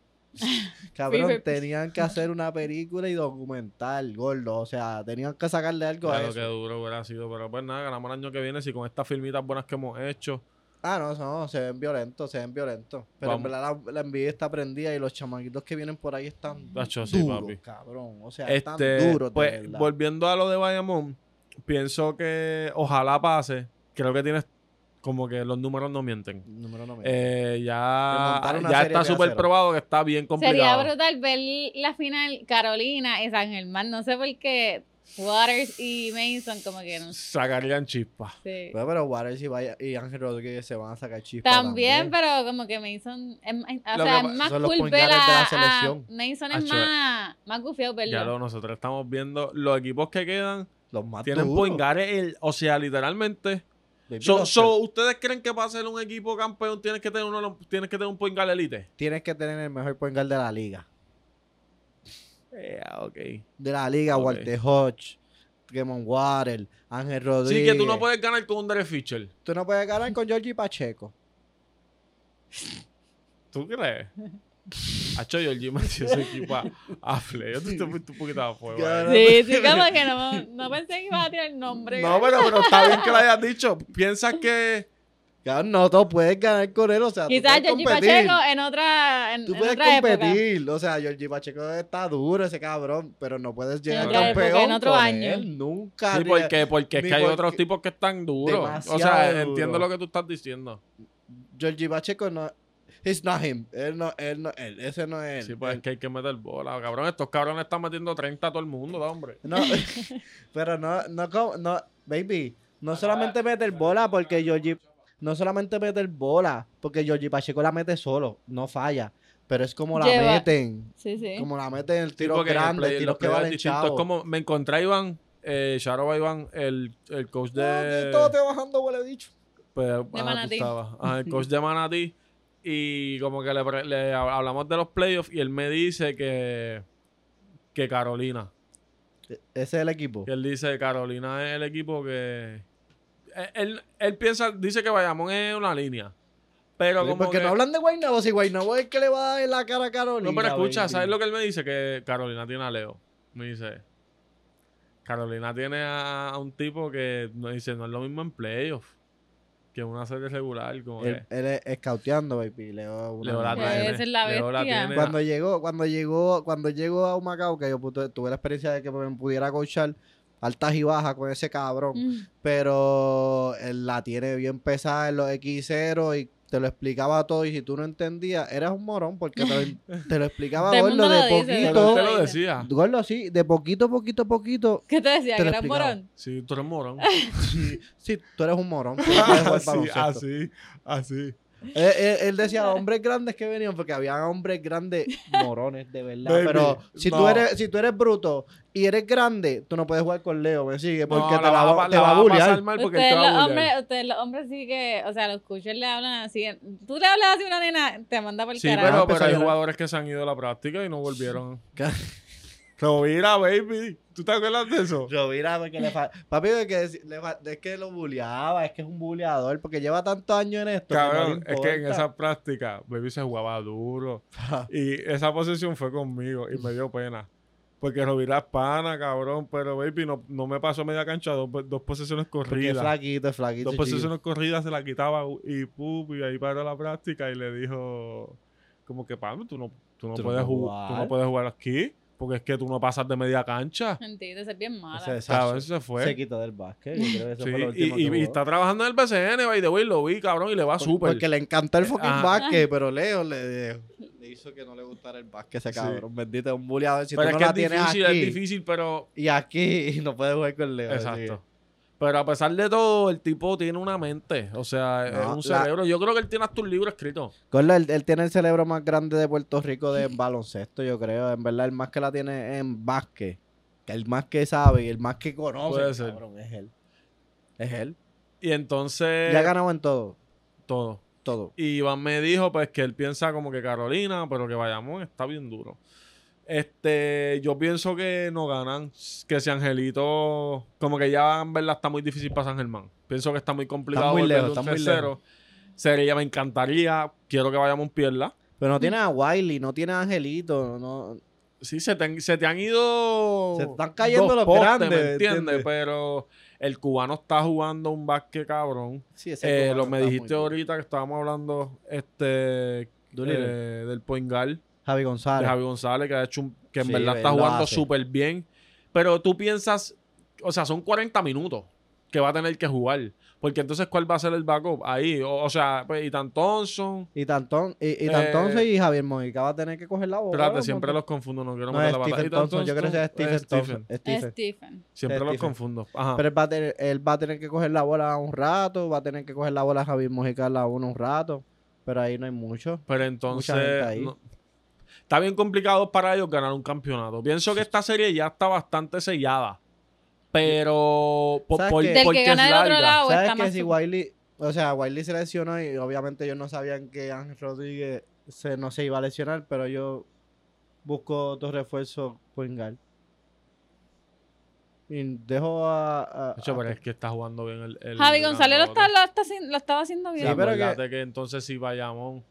[SPEAKER 2] Cabrón,
[SPEAKER 3] Fever.
[SPEAKER 2] tenían que hacer una película y documentar, gordo. O sea, tenían que sacarle algo a
[SPEAKER 1] Claro
[SPEAKER 2] eso.
[SPEAKER 1] que duro hubiera sido, pero pues nada, ganamos el año que viene. Si con estas filmitas buenas que hemos hecho,
[SPEAKER 2] Ah, no, no, se ven violentos, se ven violentos. Pero
[SPEAKER 1] Vamos.
[SPEAKER 2] en verdad la, la envidia está prendida y los chamaquitos que vienen por ahí están
[SPEAKER 1] Tacho,
[SPEAKER 2] duros,
[SPEAKER 1] sí, papi.
[SPEAKER 2] cabrón. O sea, están
[SPEAKER 1] Este,
[SPEAKER 2] duros de
[SPEAKER 1] pues,
[SPEAKER 2] verdad.
[SPEAKER 1] volviendo a lo de Bayamón, pienso que ojalá pase. Creo que tienes como que los números no mienten.
[SPEAKER 2] Número no me-
[SPEAKER 1] Eh,
[SPEAKER 2] Que
[SPEAKER 1] ya
[SPEAKER 2] montar una
[SPEAKER 1] ya
[SPEAKER 2] serie
[SPEAKER 1] está
[SPEAKER 2] de
[SPEAKER 1] súper
[SPEAKER 2] acero.
[SPEAKER 1] probado que está bien
[SPEAKER 3] Sería
[SPEAKER 1] complicado.
[SPEAKER 3] brutal ver la final Carolina y San Germán. No sé por qué Waters y Mason como que no sé.
[SPEAKER 1] Sacarían chispas.
[SPEAKER 2] Bueno, pero Waters y, Vaya- y Ángel Rodríguez se van a sacar chispas.
[SPEAKER 3] También, pero como que Mason... es más- o
[SPEAKER 1] Lo
[SPEAKER 3] sea,
[SPEAKER 1] que pa-
[SPEAKER 3] es más
[SPEAKER 2] son los
[SPEAKER 3] cool
[SPEAKER 2] point guards
[SPEAKER 3] ver
[SPEAKER 2] de la
[SPEAKER 3] a- a
[SPEAKER 2] selección. eh,
[SPEAKER 3] Mason es
[SPEAKER 1] Acho,
[SPEAKER 3] más, más gufiado verlo.
[SPEAKER 1] Ya lo, nosotros estamos viendo los equipos que quedan.
[SPEAKER 2] Los más
[SPEAKER 1] tienen
[SPEAKER 2] duros.
[SPEAKER 1] poingares, el- o sea, literalmente.
[SPEAKER 2] Baby,
[SPEAKER 1] So,
[SPEAKER 2] los-
[SPEAKER 1] so, ¿Ustedes creen que para ser un equipo campeón tienes que tener uno de los- tienes que tener un poingar elite?
[SPEAKER 2] Tienes que tener el mejor point guard de la liga.
[SPEAKER 1] Eh, ok.
[SPEAKER 2] De la liga,
[SPEAKER 1] Ok.
[SPEAKER 2] Walter Hodge, Tremont Water, Ángel
[SPEAKER 1] Sí,
[SPEAKER 2] Rodríguez.
[SPEAKER 1] que tú no puedes ganar con un Derek Fisher.
[SPEAKER 2] Tú no puedes ganar con Georgie Pacheco.
[SPEAKER 1] ¿Tú crees? Hacho, yo el G metió ese equipo a, a Flay. Yo te estoy un poquito a fuego. ahí.
[SPEAKER 2] Claro.
[SPEAKER 3] Sí, sí, como que no, no pensé que iba a tirar el nombre.
[SPEAKER 1] No, pero, pero está bien que lo hayas dicho. Piensas que.
[SPEAKER 2] Claro, no, tú puedes ganar con él, o sea, tú
[SPEAKER 3] Quizás
[SPEAKER 2] puedes
[SPEAKER 3] Georgie
[SPEAKER 2] competir.
[SPEAKER 3] Pacheco en otra, en,
[SPEAKER 2] Tú
[SPEAKER 3] en
[SPEAKER 2] puedes
[SPEAKER 3] otra época.
[SPEAKER 2] competir, o sea, Georgie Pacheco está duro ese cabrón, pero no puedes llegar
[SPEAKER 1] otra
[SPEAKER 2] campeón
[SPEAKER 1] época,
[SPEAKER 3] en otro
[SPEAKER 2] con
[SPEAKER 3] año.
[SPEAKER 2] él, nunca.
[SPEAKER 1] Sí,
[SPEAKER 2] ni-
[SPEAKER 1] porque, porque es
[SPEAKER 2] ni
[SPEAKER 1] que hay
[SPEAKER 2] porque-
[SPEAKER 1] otros tipos que están duros. O sea,
[SPEAKER 2] Demasiado
[SPEAKER 1] entiendo
[SPEAKER 2] duro.
[SPEAKER 1] lo que tú estás diciendo.
[SPEAKER 2] Georgie Pacheco no, he's not him, él no, él no, él, ese no es él.
[SPEAKER 1] Sí, pues es
[SPEAKER 2] Él-
[SPEAKER 1] que hay que meter bola. Cabrón, estos cabrones están metiendo 30 a todo el mundo, da, hombre.
[SPEAKER 2] No, pero no, no, co- no, baby, no solamente meter bola porque Georgie, no solamente meter bola porque Georgie Pacheco la mete solo, no falla, pero es como la
[SPEAKER 3] Lleva-
[SPEAKER 2] meten,
[SPEAKER 3] Sí, sí.
[SPEAKER 2] como la meten el
[SPEAKER 1] Sí,
[SPEAKER 2] tiro
[SPEAKER 1] porque en el
[SPEAKER 2] grande,
[SPEAKER 1] play-
[SPEAKER 2] tiros que
[SPEAKER 1] playoffs
[SPEAKER 2] valen
[SPEAKER 1] distintos. Es
[SPEAKER 2] chavo.
[SPEAKER 1] como me encontré a Iván, eh, Sharon Iván, el, el coach
[SPEAKER 2] No,
[SPEAKER 1] de. pues, ah,
[SPEAKER 2] que todo te bajando, huele bicho.
[SPEAKER 1] Pero,
[SPEAKER 3] De
[SPEAKER 1] ajá, tú
[SPEAKER 3] Manatí.
[SPEAKER 1] estabas. Ajá, Ah, el coach de Manatí. Y como que le, pre- le hab- hablamos de los playoffs y él me dice que, que Carolina.
[SPEAKER 2] E- Ese es el equipo.
[SPEAKER 1] Que él dice que Carolina es el equipo que... Él, él- él piensa, dice que Bayamón es una línea. Pero
[SPEAKER 2] Sí,
[SPEAKER 1] como
[SPEAKER 2] Porque
[SPEAKER 1] que-
[SPEAKER 2] no hablan de Guaynabo, si Guaynabo es el que le va a dar en la cara a Carolina.
[SPEAKER 1] No, pero escucha,
[SPEAKER 2] baby.
[SPEAKER 1] ¿sabes lo que él me dice? Que Carolina tiene a Leo. Me dice... Carolina tiene a, a un tipo que no dice, no es lo mismo en playoffs que en una serie regular. Como
[SPEAKER 2] Él, él es escauteando, baby. Leo,
[SPEAKER 1] que
[SPEAKER 2] una
[SPEAKER 1] Leo la
[SPEAKER 2] mierda.
[SPEAKER 1] tiene.
[SPEAKER 3] Esa es la
[SPEAKER 1] Leo la
[SPEAKER 3] bestia.
[SPEAKER 1] tiene. Ah,
[SPEAKER 2] Cuando llegó, cuando llegó, cuando llegó a Humacao, que yo putu- tuve la experiencia de que me pudiera coachar altas y bajas con ese cabrón,
[SPEAKER 3] Mm.
[SPEAKER 2] pero él la tiene bien pesada en los X0 y te lo explicaba todo y si tú no entendías, eras un morón porque te lo, te lo explicaba
[SPEAKER 3] Todo el
[SPEAKER 2] gordo
[SPEAKER 3] mundo
[SPEAKER 2] de
[SPEAKER 3] lo dice,
[SPEAKER 1] Pero
[SPEAKER 3] todo.
[SPEAKER 1] él
[SPEAKER 2] poquito,
[SPEAKER 1] te lo decía.
[SPEAKER 2] gordo así, de poquito, poquito, poquito,
[SPEAKER 3] ¿Qué te decía?
[SPEAKER 2] Te
[SPEAKER 3] ¿Que
[SPEAKER 2] lo
[SPEAKER 3] era un
[SPEAKER 2] explicaba.
[SPEAKER 3] morón?
[SPEAKER 1] Sí, tú eres morón.
[SPEAKER 2] sí, sí, tú eres un morón. tú no puedes jugar
[SPEAKER 1] así,
[SPEAKER 2] baloncesto.
[SPEAKER 1] así, así.
[SPEAKER 2] Él, él- él decía hombres grandes que venían porque había hombres grandes morones, de verdad.
[SPEAKER 1] Baby,
[SPEAKER 2] Pero si, tú
[SPEAKER 1] no.
[SPEAKER 2] eres, si tú eres bruto y eres grande, tú no puedes jugar con Leo, me sigue, porque
[SPEAKER 1] No,
[SPEAKER 2] te, la, va,
[SPEAKER 1] pa-
[SPEAKER 2] te
[SPEAKER 1] la
[SPEAKER 2] va a
[SPEAKER 1] vas pasar
[SPEAKER 2] bullear.
[SPEAKER 1] mal porque él te
[SPEAKER 3] Ustedes
[SPEAKER 1] va a
[SPEAKER 3] los,
[SPEAKER 1] bullear.
[SPEAKER 3] hombres, ustedes los hombres sí que, o sea, los cuchos le hablan así. Tú le hablas así a una nena, te manda por el
[SPEAKER 1] Sí,
[SPEAKER 3] carajo.
[SPEAKER 1] pero,
[SPEAKER 2] Vamos a
[SPEAKER 1] pero
[SPEAKER 2] empezar
[SPEAKER 1] hay
[SPEAKER 2] a llorar.
[SPEAKER 1] jugadores que se han ido a la práctica y no volvieron.
[SPEAKER 2] ¿Qué?
[SPEAKER 1] Rovira, baby. ¿Tú te acuerdas de eso?
[SPEAKER 2] Yo mira, porque le fa- Papi, es que, deci- le fa- es que lo bulleaba, es que es un bulleador, porque lleva tantos años en esto. que no le
[SPEAKER 1] Cabrón, es que en
[SPEAKER 2] importa.
[SPEAKER 1] esa práctica, baby se jugaba duro. y esa posición fue conmigo y me dio pena. Porque Rovira es pana, cabrón. Pero, baby, no, no me pasó media cancha, dos, dos posesiones
[SPEAKER 2] Porque es
[SPEAKER 1] corridas.
[SPEAKER 2] flaquito, es flaquito.
[SPEAKER 1] Dos
[SPEAKER 2] chiquito.
[SPEAKER 1] posiciones corridas se la quitaba y pup, y ahí paró la práctica y le dijo como que Pablo, tú no, tú no
[SPEAKER 2] Tú no
[SPEAKER 1] puedes
[SPEAKER 2] puedes
[SPEAKER 1] jugar. tú no
[SPEAKER 2] jugar".
[SPEAKER 1] puedes jugar aquí porque es que tú no pasas de media cancha.
[SPEAKER 3] Mentira, eso es bien mala.
[SPEAKER 2] Ese- ese-
[SPEAKER 1] Cabrón, se
[SPEAKER 2] Se
[SPEAKER 1] fue.
[SPEAKER 2] quitó del básquet. yo creo que eso
[SPEAKER 1] Sí,
[SPEAKER 2] fue lo
[SPEAKER 1] y,
[SPEAKER 2] último
[SPEAKER 1] y-
[SPEAKER 2] que
[SPEAKER 1] y
[SPEAKER 2] jugó.
[SPEAKER 1] está trabajando en el BCN, by the way, lo vi, cabrón, y le va
[SPEAKER 2] Por-
[SPEAKER 1] Ah, súper.
[SPEAKER 2] Porque le encanta el fucking
[SPEAKER 1] Ah.
[SPEAKER 2] básquet, pero Leo le, le hizo que no le gustara el básquet ese
[SPEAKER 1] Sí.
[SPEAKER 2] cabrón. Bendito, es un bulleador. Si
[SPEAKER 1] Pero
[SPEAKER 2] tú
[SPEAKER 1] es
[SPEAKER 2] no
[SPEAKER 1] que
[SPEAKER 2] la
[SPEAKER 1] es
[SPEAKER 2] tienes
[SPEAKER 1] difícil,
[SPEAKER 2] aquí
[SPEAKER 1] es difícil, pero
[SPEAKER 2] y aquí y no puedes jugar con Leo. así que-
[SPEAKER 1] Exacto. Pero a pesar de todo, el tipo tiene una mente, o sea, es
[SPEAKER 2] No,
[SPEAKER 1] un
[SPEAKER 2] la-
[SPEAKER 1] cerebro. Yo creo que él tiene hasta un libro escrito.
[SPEAKER 2] Gordo, él, él tiene el cerebro más grande de Puerto Rico de baloncesto, yo creo. En verdad, el más que la tiene en básquet. que El más que sabe y el más que conoce.
[SPEAKER 1] Puede ser.
[SPEAKER 2] cabrón, es él. Es él.
[SPEAKER 1] Y entonces,
[SPEAKER 2] ya ha ganado en todo.
[SPEAKER 1] todo.
[SPEAKER 2] Todo.
[SPEAKER 1] Y Iván me dijo pues que él piensa como que Carolina, pero que Bayamón está bien duro. Este, yo pienso que no ganan, que si Angelito, como que ya en verdad está muy difícil para San Germán. Pienso que está muy complicado
[SPEAKER 2] muy
[SPEAKER 1] volver de
[SPEAKER 2] lejos,
[SPEAKER 1] un
[SPEAKER 2] está muy
[SPEAKER 1] 3-0. Sería, me encantaría, quiero que Bayamón pierda.
[SPEAKER 2] Pero no tiene a Wiley, no tiene a Angelito. No,
[SPEAKER 1] Sí, se te, han- se te han ido.
[SPEAKER 2] Se te están cayendo
[SPEAKER 1] dos
[SPEAKER 2] los grandes,
[SPEAKER 1] ¿Me entiendes?
[SPEAKER 2] ¿entiendes?
[SPEAKER 1] Pero el cubano está jugando un básquet cabrón.
[SPEAKER 2] Sí,
[SPEAKER 1] Eh,
[SPEAKER 2] cubano
[SPEAKER 1] lo me
[SPEAKER 2] está muy
[SPEAKER 1] dijiste
[SPEAKER 2] duro.
[SPEAKER 1] ahorita que estábamos hablando este
[SPEAKER 2] Doolittle.
[SPEAKER 1] eh, del point guard
[SPEAKER 2] Javi
[SPEAKER 1] de
[SPEAKER 2] González.
[SPEAKER 1] Javi González que ha hecho un- que en
[SPEAKER 2] Sí,
[SPEAKER 1] verdad está
[SPEAKER 2] él lo
[SPEAKER 1] jugando
[SPEAKER 2] hace.
[SPEAKER 1] súper bien. Pero tú piensas, o sea, son 40 minutos que va a tener que jugar. Porque entonces, ¿cuál va a ser el backup? Ahí, o, o sea, pues, y tan Thompson.
[SPEAKER 2] Y Tantón, y, y
[SPEAKER 1] Eh,
[SPEAKER 2] Tantonce y Javier Mojica va a tener que coger la bola.
[SPEAKER 1] Espérate,
[SPEAKER 2] ¿no?
[SPEAKER 1] siempre los confundo, no quiero
[SPEAKER 2] No,
[SPEAKER 1] meter
[SPEAKER 2] es
[SPEAKER 1] la pata.
[SPEAKER 2] Stephen
[SPEAKER 1] Y tan
[SPEAKER 2] Thompson, yo creo que es
[SPEAKER 1] Thompson, eh,
[SPEAKER 2] Stephen
[SPEAKER 1] es
[SPEAKER 2] Thompson. Stephen.
[SPEAKER 3] Stephen.
[SPEAKER 1] Siempre los
[SPEAKER 2] Stephen.
[SPEAKER 1] confundo. Ajá.
[SPEAKER 2] Pero él va, a tener, él va a tener que coger la bola un rato, va a tener que coger la bola Javier Mojica a la uno un rato, pero ahí no hay mucho.
[SPEAKER 1] Pero entonces.
[SPEAKER 2] gente ahí.
[SPEAKER 1] no- está bien complicado para ellos ganar un campeonato. Pienso que esta serie ya está bastante sellada. Pero. po-
[SPEAKER 2] ¿Sabes
[SPEAKER 1] por-
[SPEAKER 2] qué?
[SPEAKER 3] Del
[SPEAKER 1] porque
[SPEAKER 3] que gana
[SPEAKER 1] es
[SPEAKER 3] del otro
[SPEAKER 1] larga.
[SPEAKER 3] lado
[SPEAKER 2] ¿Sabes
[SPEAKER 3] Ah, está
[SPEAKER 2] que
[SPEAKER 3] más.
[SPEAKER 2] si Wiley, o sea, Wiley se lesionó y obviamente ellos no sabían que Ángel Rodríguez se, no se iba a lesionar, pero yo busco otro refuerzo point guard. Y dejo a... a-
[SPEAKER 1] Nacho,
[SPEAKER 2] a-
[SPEAKER 1] pero es que está jugando bien el. el-
[SPEAKER 3] Javi
[SPEAKER 1] el
[SPEAKER 3] González lo, está,
[SPEAKER 1] Lanzarote.
[SPEAKER 3] lo, está, haci- lo estaba haciendo
[SPEAKER 1] Sí,
[SPEAKER 3] bien.
[SPEAKER 2] Sí, pero
[SPEAKER 1] pero
[SPEAKER 2] que-
[SPEAKER 1] que... entonces si Bayamón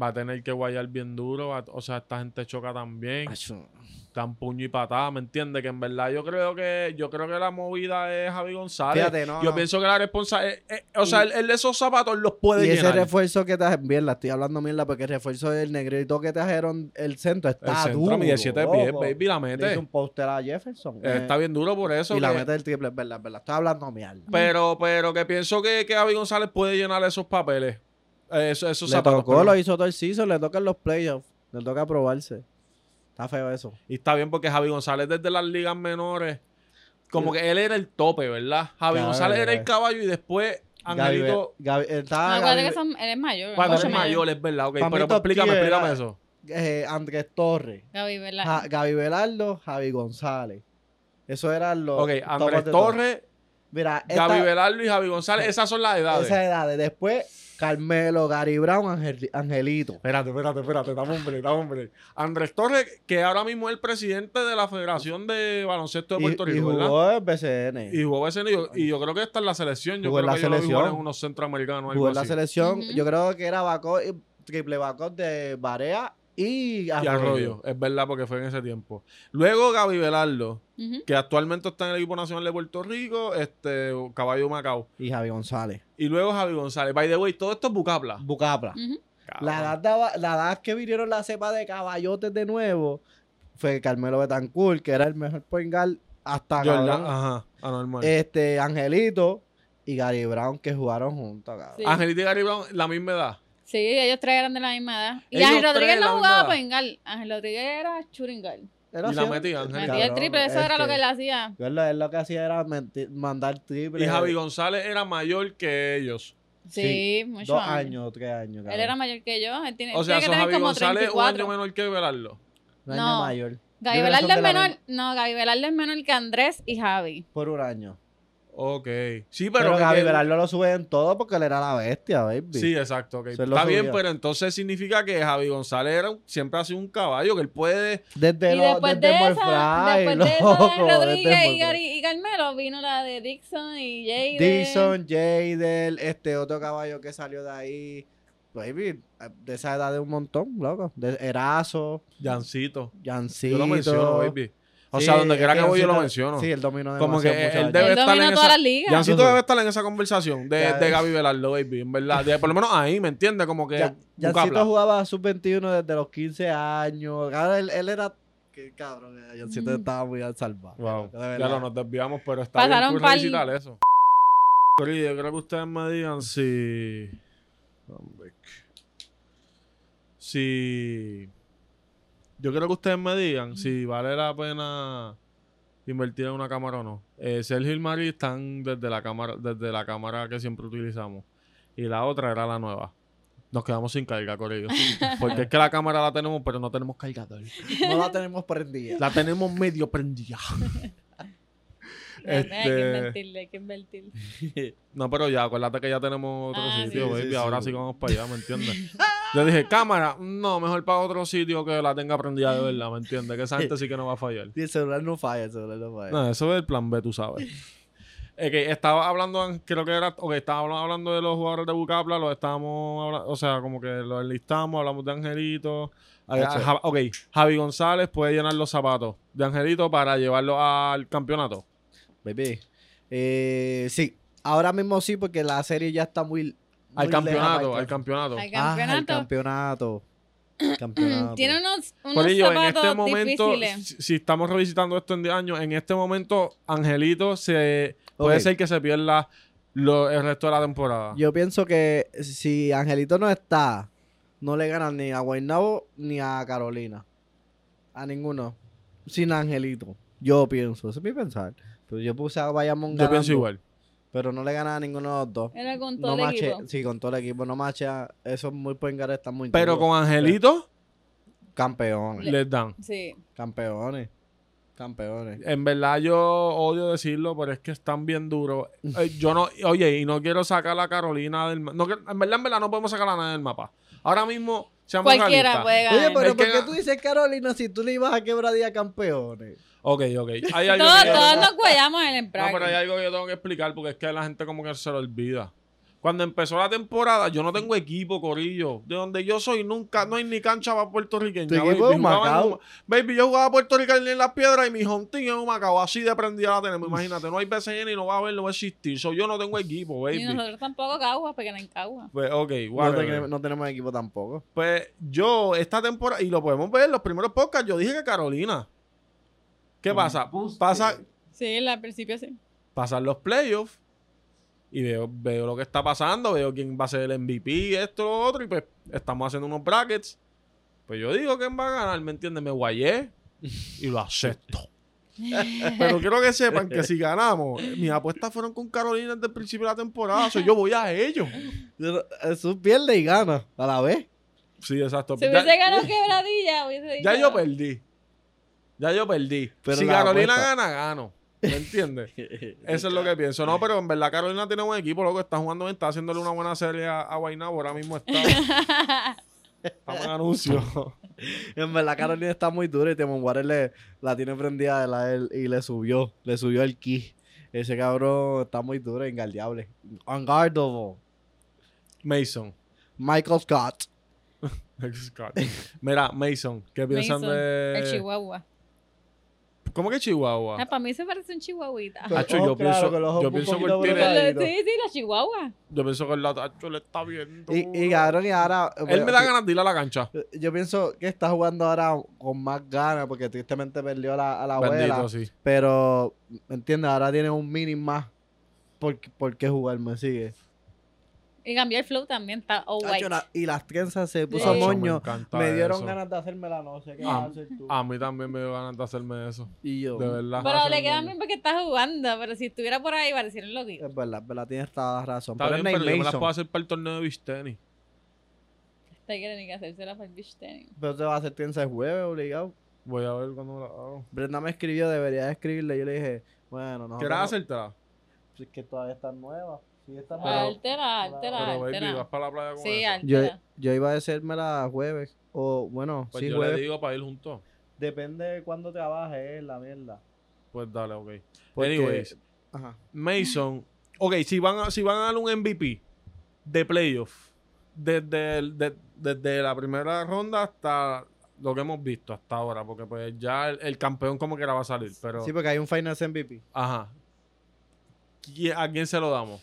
[SPEAKER 1] va a tener que guayar bien duro. va- o sea, esta gente choca también.
[SPEAKER 2] Acho.
[SPEAKER 1] Dan puño y patada, ¿me entiendes? Que en verdad yo creo que yo creo que la movida es Javi González.
[SPEAKER 2] Fíjate, no,
[SPEAKER 1] yo
[SPEAKER 2] no.
[SPEAKER 1] pienso que la responsabilidad. eh, o sea, él, él esos zapatos los puede
[SPEAKER 2] Y ese
[SPEAKER 1] llenar.
[SPEAKER 2] refuerzo que trajeron, mierda, estoy hablando mierda porque el refuerzo del negrito que trajeron el centro
[SPEAKER 1] El
[SPEAKER 2] está
[SPEAKER 1] centro
[SPEAKER 2] duro.
[SPEAKER 1] mide 7 pies,
[SPEAKER 2] loco.
[SPEAKER 1] baby, la
[SPEAKER 2] Le hizo
[SPEAKER 1] mete.
[SPEAKER 2] un póster a Jefferson.
[SPEAKER 1] Eh,
[SPEAKER 2] eh,
[SPEAKER 1] Está bien duro por eso.
[SPEAKER 2] y la
[SPEAKER 1] que-
[SPEAKER 2] mete del triple, es verdad, es verdad. Estoy hablando mierda.
[SPEAKER 1] pero, pero que pienso que, que Javi González puede llenar esos papeles. Eh, eso- esos
[SPEAKER 2] le
[SPEAKER 1] zapatos.
[SPEAKER 2] tocó, lo
[SPEAKER 1] perdón.
[SPEAKER 2] hizo todo el season, le tocan los playoffs. Le toca probarse. Está feo eso.
[SPEAKER 1] Y está bien porque Javi González desde las ligas menores, como que él era el tope, ¿verdad? Javi
[SPEAKER 2] Claro,
[SPEAKER 1] González era el
[SPEAKER 2] claro.
[SPEAKER 1] caballo y después
[SPEAKER 2] Gaby,
[SPEAKER 1] Angelito.
[SPEAKER 2] Gaby- estaba
[SPEAKER 3] No, acuérdate
[SPEAKER 2] Gaby-
[SPEAKER 3] que son, él es mayor.
[SPEAKER 1] Ah, Cuando
[SPEAKER 3] mucho
[SPEAKER 1] es mayor, es verdad. ok,
[SPEAKER 2] Para mí
[SPEAKER 1] pero
[SPEAKER 2] top
[SPEAKER 1] explícame,
[SPEAKER 2] tier
[SPEAKER 1] explícame
[SPEAKER 2] era-
[SPEAKER 1] eso.
[SPEAKER 2] eh, Andrés Torres,
[SPEAKER 3] Gaby, ¿verdad?
[SPEAKER 1] Ah.
[SPEAKER 2] Ja- Gaby Velardo, Javi González. Eso eran los.
[SPEAKER 1] Ok,
[SPEAKER 2] top
[SPEAKER 1] Andrés
[SPEAKER 2] de top.
[SPEAKER 1] Torres,
[SPEAKER 2] Mira, esta-
[SPEAKER 1] Gaby Velardo y Javi González, esas son las edades.
[SPEAKER 2] esas edades. Después, Carmelo, Gary Brown, Angel- Angelito.
[SPEAKER 1] Espérate, espérate, espérate, dame hombre, dame hombre. Andrés Torres, que ahora mismo es el presidente de la Federación de Baloncesto de
[SPEAKER 2] Y,
[SPEAKER 1] Puerto
[SPEAKER 2] y
[SPEAKER 1] Rico, ¿verdad?
[SPEAKER 2] jugó en BCN.
[SPEAKER 1] Y jugó ese y yo, y yo creo que está en la selección. Yo
[SPEAKER 2] Jugó en
[SPEAKER 1] creo
[SPEAKER 2] la
[SPEAKER 1] que yo lo vi
[SPEAKER 2] selección.
[SPEAKER 1] jugar en unos centroamericanos.
[SPEAKER 2] jugó
[SPEAKER 1] Algo
[SPEAKER 2] en la
[SPEAKER 1] así.
[SPEAKER 2] selección.
[SPEAKER 3] Ujú.
[SPEAKER 2] Yo creo que era bacot, y- triple bacot de Barea y
[SPEAKER 1] Y Arroyo, es verdad, porque fue en ese tiempo. Luego Gaby Velardo,
[SPEAKER 3] Ujú.
[SPEAKER 1] que actualmente está en el equipo nacional de Puerto Rico, este Caballo Macao.
[SPEAKER 2] Y Javi González.
[SPEAKER 1] Y luego Javi González. By the way, todo esto es Bucapla.
[SPEAKER 2] Bucapla.
[SPEAKER 3] Ujú.
[SPEAKER 1] Ah.
[SPEAKER 2] La edad, daba- la edad que vinieron la cepa de caballotes de nuevo fue Carmelo Betancourt, que era el mejor point guard hasta
[SPEAKER 1] Jordan, Ah,
[SPEAKER 2] cabrón,
[SPEAKER 1] ajá, anormal.
[SPEAKER 2] este Angelito y Gary Brown que jugaron juntos, cabrón.
[SPEAKER 3] Sí.
[SPEAKER 1] Angelita y Gary Brown, la misma edad.
[SPEAKER 3] Sí, ellos tres eran de la misma edad. Y
[SPEAKER 1] Ellos
[SPEAKER 3] Ángel
[SPEAKER 1] tres
[SPEAKER 3] Rodríguez
[SPEAKER 1] de la
[SPEAKER 3] no
[SPEAKER 1] misma
[SPEAKER 3] jugaba
[SPEAKER 1] edad.
[SPEAKER 3] pengal. Ángel Rodríguez era
[SPEAKER 2] Era
[SPEAKER 3] churingal.
[SPEAKER 2] Este,
[SPEAKER 1] Y la
[SPEAKER 2] así,
[SPEAKER 1] metía,
[SPEAKER 2] el
[SPEAKER 1] Angelito.
[SPEAKER 3] Metía el
[SPEAKER 2] cabrón,
[SPEAKER 3] triple, eso
[SPEAKER 2] es
[SPEAKER 3] era lo que
[SPEAKER 2] que-
[SPEAKER 3] él hacía.
[SPEAKER 2] Él lo- él lo que hacía era menti- mandar triple.
[SPEAKER 1] Y Javi González era mayor que ellos.
[SPEAKER 3] Sí, mucho
[SPEAKER 2] Dos
[SPEAKER 3] años.
[SPEAKER 2] años, tres años.
[SPEAKER 3] Él
[SPEAKER 2] cabrón.
[SPEAKER 3] era mayor que yo. Él tiene,
[SPEAKER 1] O sea,
[SPEAKER 3] tiene
[SPEAKER 1] son
[SPEAKER 3] que
[SPEAKER 1] Javi
[SPEAKER 3] tener como
[SPEAKER 1] González un año
[SPEAKER 3] 34.
[SPEAKER 1] menor que Velardo.
[SPEAKER 2] Un año
[SPEAKER 3] No.
[SPEAKER 2] mayor.
[SPEAKER 3] Gaby
[SPEAKER 2] Yo creo que son
[SPEAKER 3] Velardo es
[SPEAKER 2] de la
[SPEAKER 3] menor. No, Gaby Velardo es menor que Andrés y Javi.
[SPEAKER 2] Por un año.
[SPEAKER 1] Ok. Sí,
[SPEAKER 2] Pero,
[SPEAKER 1] pero. que-
[SPEAKER 2] Gaby Velardo lo sube en todo porque él era la bestia, baby.
[SPEAKER 1] Sí, exacto. ok.
[SPEAKER 2] Se lo
[SPEAKER 1] Está bien,
[SPEAKER 2] subía.
[SPEAKER 1] pero entonces significa que Javi González era un- siempre ha sido un caballo, que él puede
[SPEAKER 2] Desde,
[SPEAKER 3] y
[SPEAKER 2] lo-
[SPEAKER 3] después
[SPEAKER 2] desde
[SPEAKER 3] de
[SPEAKER 2] Morfry,
[SPEAKER 3] esa, después de esa,
[SPEAKER 2] loco,
[SPEAKER 3] Ángel
[SPEAKER 2] desde
[SPEAKER 3] Rodríguez y,
[SPEAKER 2] Morfry.
[SPEAKER 3] Gary- y Carmelo vino la de Dixon y Jade.
[SPEAKER 2] Dixon, Jadel, este otro caballo que salió de ahí. Baby, de esa edad de un montón, loco. De Erazo,
[SPEAKER 1] Jancito.
[SPEAKER 2] Jancito.
[SPEAKER 1] Yo lo menciono, baby. O
[SPEAKER 2] Sí,
[SPEAKER 1] sea, donde quiera
[SPEAKER 2] es
[SPEAKER 1] que voy, yo lo
[SPEAKER 2] Jancito-
[SPEAKER 1] menciono.
[SPEAKER 2] Sí, el dominó
[SPEAKER 1] Como que
[SPEAKER 2] demasiado
[SPEAKER 1] él
[SPEAKER 2] mucho
[SPEAKER 1] debe
[SPEAKER 3] Él
[SPEAKER 1] estar en
[SPEAKER 3] domina
[SPEAKER 1] esa-
[SPEAKER 3] todas las ligas.
[SPEAKER 1] Jancito
[SPEAKER 2] Ajá.
[SPEAKER 1] debe estar en esa conversación de,
[SPEAKER 2] Ya
[SPEAKER 1] de
[SPEAKER 2] es.
[SPEAKER 1] Gaby Velardo, baby, en verdad. De- por lo menos ahí, ¿me entiendes? Como que.
[SPEAKER 2] Ya-
[SPEAKER 1] Bucapla.
[SPEAKER 2] Jancito jugaba sub-21 desde los 15 años. Ahora él, él era... Qué cabrón, eh, Jancito
[SPEAKER 3] Ujú.
[SPEAKER 2] estaba muy al salvado.
[SPEAKER 1] Wow.
[SPEAKER 2] De verdad.
[SPEAKER 1] Ya lo nos desviamos, pero está
[SPEAKER 3] Pasaron
[SPEAKER 1] bien cool
[SPEAKER 3] pal-
[SPEAKER 1] revisitar eso. Corillo, yo creo que ustedes me digan si. Hombre, que- Si. Yo creo que ustedes me digan si vale la pena invertir en una cámara o no. Eh, Sergio y Mari están desde la cámara, desde la cámara que siempre utilizamos. Y la otra era la nueva. Nos quedamos sin carga, Corillo. Porque es que la cámara la tenemos, pero no tenemos cargador.
[SPEAKER 2] No la tenemos prendida.
[SPEAKER 1] La tenemos medio prendida.
[SPEAKER 3] Hay que
[SPEAKER 1] Este-
[SPEAKER 3] invertirle, hay que invertirle.
[SPEAKER 1] No, pero ya, acuérdate que ya tenemos otro
[SPEAKER 3] Ah,
[SPEAKER 1] sitio,
[SPEAKER 2] sí.
[SPEAKER 1] baby.
[SPEAKER 2] Sí, sí,
[SPEAKER 1] Ahora
[SPEAKER 2] sí.
[SPEAKER 1] sí que vamos para allá, ¿me entiendes? Yo dije, cámara, no, mejor para otro sitio que la tenga prendida de verdad, ¿me entiendes? Que esa gente sí que no va a fallar.
[SPEAKER 2] Y el celular no falla, el celular no falla.
[SPEAKER 1] No, eso es el plan B, tú sabes. Eh, que estaba hablando, creo que era, ok, estábamos hablando de los jugadores de Bucapla, los estábamos, habla- o sea, como que los enlistamos, hablamos de Angelito. Ah,
[SPEAKER 2] Eso.
[SPEAKER 1] Ja- ok, Javi González puede llenar los zapatos de Angelito para llevarlo al campeonato.
[SPEAKER 2] Baby. Eh, sí, ahora mismo sí, porque la serie ya está muy.
[SPEAKER 1] Al
[SPEAKER 2] muy
[SPEAKER 1] campeonato,
[SPEAKER 2] lejana.
[SPEAKER 1] al campeonato.
[SPEAKER 3] Al
[SPEAKER 2] Ah, al
[SPEAKER 3] campeonato.
[SPEAKER 2] campeonato. campeonato.
[SPEAKER 3] Mm, Tiene unos, unos
[SPEAKER 1] Corillo, en
[SPEAKER 3] zapatos
[SPEAKER 1] este momento,
[SPEAKER 3] difíciles.
[SPEAKER 1] si, si estamos revisitando esto en 10 años, en este momento Angelito se puede
[SPEAKER 2] Ok.
[SPEAKER 1] ser que se pierda lo- el resto de la temporada.
[SPEAKER 2] Yo pienso que si Angelito no está, no le ganan ni a Guaynabo ni a Carolina. A ninguno. Sin Angelito. Yo pienso. Ese es mi pensar. Pero yo puse a Bayamón
[SPEAKER 1] Yo
[SPEAKER 2] ganando,
[SPEAKER 1] pienso igual.
[SPEAKER 2] Pero no le ganan a ninguno de los dos.
[SPEAKER 3] Era con
[SPEAKER 2] No
[SPEAKER 3] todo el
[SPEAKER 2] mache,
[SPEAKER 3] equipo.
[SPEAKER 2] sí, con todo el equipo no machea. Esos muy pengares están muy
[SPEAKER 1] Pero
[SPEAKER 2] duros.
[SPEAKER 1] con Angelito
[SPEAKER 2] campeones,
[SPEAKER 3] Le-
[SPEAKER 1] les dan.
[SPEAKER 3] Sí.
[SPEAKER 2] campeones, campeones.
[SPEAKER 1] En verdad yo odio decirlo, pero es que están bien duros. Eh, yo no, oye, y no quiero sacar a Carolina del mapa. en verdad, en verdad no podemos sacar a nadie del mapa. Ahora mismo, seamos realistas.
[SPEAKER 3] Cualquiera puede
[SPEAKER 2] Oye,
[SPEAKER 3] ganar.
[SPEAKER 2] pero
[SPEAKER 1] Es que
[SPEAKER 2] ¿por qué
[SPEAKER 1] ga-
[SPEAKER 2] tú dices Carolina si tú le ibas a quebradía campeones?
[SPEAKER 1] Ok, ok. Hay algo
[SPEAKER 3] Todos,
[SPEAKER 1] que-
[SPEAKER 3] todos los guayamos en el
[SPEAKER 1] No, pero hay
[SPEAKER 3] embrague.
[SPEAKER 1] algo que yo tengo que explicar porque es que la gente como que se lo olvida. Cuando empezó la temporada, yo no tengo equipo, Corillo. De donde yo soy, nunca, no hay ni cancha para puertorriqueña.
[SPEAKER 2] Tu equipo es
[SPEAKER 1] Jugaba en
[SPEAKER 2] Humacao.
[SPEAKER 1] Huma- Baby, yo jugaba puertorriqueña en las piedras y mi home team es un Macao. Así de prendida la tenemos. Imagínate, no hay BCN y no va a haber, no va a existir. So, yo no tengo equipo,
[SPEAKER 3] Y
[SPEAKER 1] baby.
[SPEAKER 3] nosotros tampoco caguas, porque no hay caguas.
[SPEAKER 1] Pues, ok,
[SPEAKER 2] No,
[SPEAKER 1] whatever.
[SPEAKER 2] tenemos- no tenemos equipo tampoco.
[SPEAKER 1] Pues yo, esta temporada, y lo podemos ver en los primeros podcasts, yo dije que Carolina. ¿Qué pasa? Pasa,
[SPEAKER 3] Sí, al principio sí.
[SPEAKER 1] pasan los playoffs y veo, veo lo que está pasando, veo quién va a ser el MVP, esto, lo otro, y pues estamos haciendo unos brackets. Pues yo digo quién va a ganar, ¿me entiendes? Me guayé y lo acepto. Pero quiero que sepan que si ganamos, mis apuestas fueron con Carolina desde el principio de la temporada, so yo voy a ellos.
[SPEAKER 2] Jesús pierde y gana a la vez.
[SPEAKER 1] Sí, exacto.
[SPEAKER 3] Si
[SPEAKER 1] Ya-
[SPEAKER 3] hubiese ganado quebradilla, hubiese
[SPEAKER 1] Ya
[SPEAKER 3] dicho-
[SPEAKER 1] yo pues. perdí. Ya yo perdí.
[SPEAKER 2] Pero
[SPEAKER 1] si
[SPEAKER 2] la
[SPEAKER 1] Carolina
[SPEAKER 2] apuesta.
[SPEAKER 1] gana, gano. ¿Me entiendes? Eso es lo que pienso. No, pero en verdad Carolina tiene un equipo, loco. Está jugando bien, está haciéndole una buena serie a, a Guaynabo. Ahora mismo está. Estamos en anuncio.
[SPEAKER 2] En verdad, Carolina está muy dura y Timon Warren le, la tiene prendida de la él y le subió, le subió el ki. Ese cabrón está muy duro, engardeable. Unguardable.
[SPEAKER 1] Mason.
[SPEAKER 2] Michael Scott.
[SPEAKER 1] Scott. Mira, Mason, ¿qué piensan
[SPEAKER 3] Mason,
[SPEAKER 1] de.
[SPEAKER 3] El chihuahua.
[SPEAKER 1] ¿Cómo que Chihuahua?
[SPEAKER 3] Ah, para mí se parece un chihuahuita.
[SPEAKER 1] Con- Acho, yo pienso- yo pienso que él
[SPEAKER 3] Pero
[SPEAKER 1] tiene-
[SPEAKER 3] lo- Sí, sí, la chihuahua.
[SPEAKER 1] Yo pienso que el Latacho le está viendo.
[SPEAKER 2] Y, y cabrón, y ahora.
[SPEAKER 1] Él me da ganas de ir a la cancha.
[SPEAKER 2] Yo pienso que está jugando ahora con más ganas porque tristemente perdió a la, a la abuela.
[SPEAKER 1] Bendito, sí.
[SPEAKER 2] Pero, ¿me entiendes? Ahora tiene un mini más. ¿Por, por qué jugar? ¿Me sigue?
[SPEAKER 3] Y cambió el flow también. Está all white.
[SPEAKER 2] Hacho, la- y las trenzas se puso
[SPEAKER 3] Acho,
[SPEAKER 1] Tacho, me
[SPEAKER 2] moño.
[SPEAKER 1] encanta
[SPEAKER 2] Me, dieron
[SPEAKER 1] eso.
[SPEAKER 2] ganas de hacérmela, no sé qué
[SPEAKER 1] Ah,
[SPEAKER 2] vas a hacer tú.
[SPEAKER 1] A mí también me dio ganas de hacerme eso.
[SPEAKER 2] y yo.
[SPEAKER 1] De verdad.
[SPEAKER 3] Pero le
[SPEAKER 1] hacerme-
[SPEAKER 3] quedan bien porque está jugando. Pero si estuviera por ahí, pareciera un loquito.
[SPEAKER 2] Es verdad, es verdad, tienes toda la razón.
[SPEAKER 1] Está
[SPEAKER 2] pero
[SPEAKER 1] bien,
[SPEAKER 2] es
[SPEAKER 1] pero yo
[SPEAKER 2] Nate
[SPEAKER 1] me las
[SPEAKER 2] Mason.
[SPEAKER 1] puedo hacer para el torneo de beach tenis. Eh.
[SPEAKER 3] Usted quiere ni que hacérsela para el beach tenis.
[SPEAKER 2] Pero te va a hacer trenza el jueves, obligado.
[SPEAKER 1] Voy a ver cuándo me la hago.
[SPEAKER 2] Brenda me escribió, debería de escribirle. Yo le dije, bueno, no.
[SPEAKER 1] ¿Quieres hacértela?
[SPEAKER 2] Es que todavía están nuevas. Sí, están nuevas.
[SPEAKER 3] Altera, altera,
[SPEAKER 1] Pero baby, vas
[SPEAKER 3] altera.
[SPEAKER 1] para la playa con
[SPEAKER 3] Sí,
[SPEAKER 1] eso.
[SPEAKER 2] Yo,
[SPEAKER 3] altera.
[SPEAKER 2] yo iba a hacérmela jueves. O bueno,
[SPEAKER 1] Pues
[SPEAKER 2] sí,
[SPEAKER 1] yo
[SPEAKER 2] jueves.
[SPEAKER 1] le digo para ir juntos.
[SPEAKER 2] Depende de cuándo trabajes, la mierda.
[SPEAKER 1] Pues dale, ok.
[SPEAKER 2] Porque-
[SPEAKER 1] Anyways,
[SPEAKER 2] Ajá.
[SPEAKER 1] Mason. Ok, si van, a, si van a dar un MVP de playoff, desde, el- de- desde la primera ronda hasta lo que hemos visto hasta ahora, porque pues ya el, el campeón como quiera va a salir, pero...
[SPEAKER 2] Sí, porque hay un Finals MVP.
[SPEAKER 1] Ajá. ¿Qui- ¿A quién se lo damos?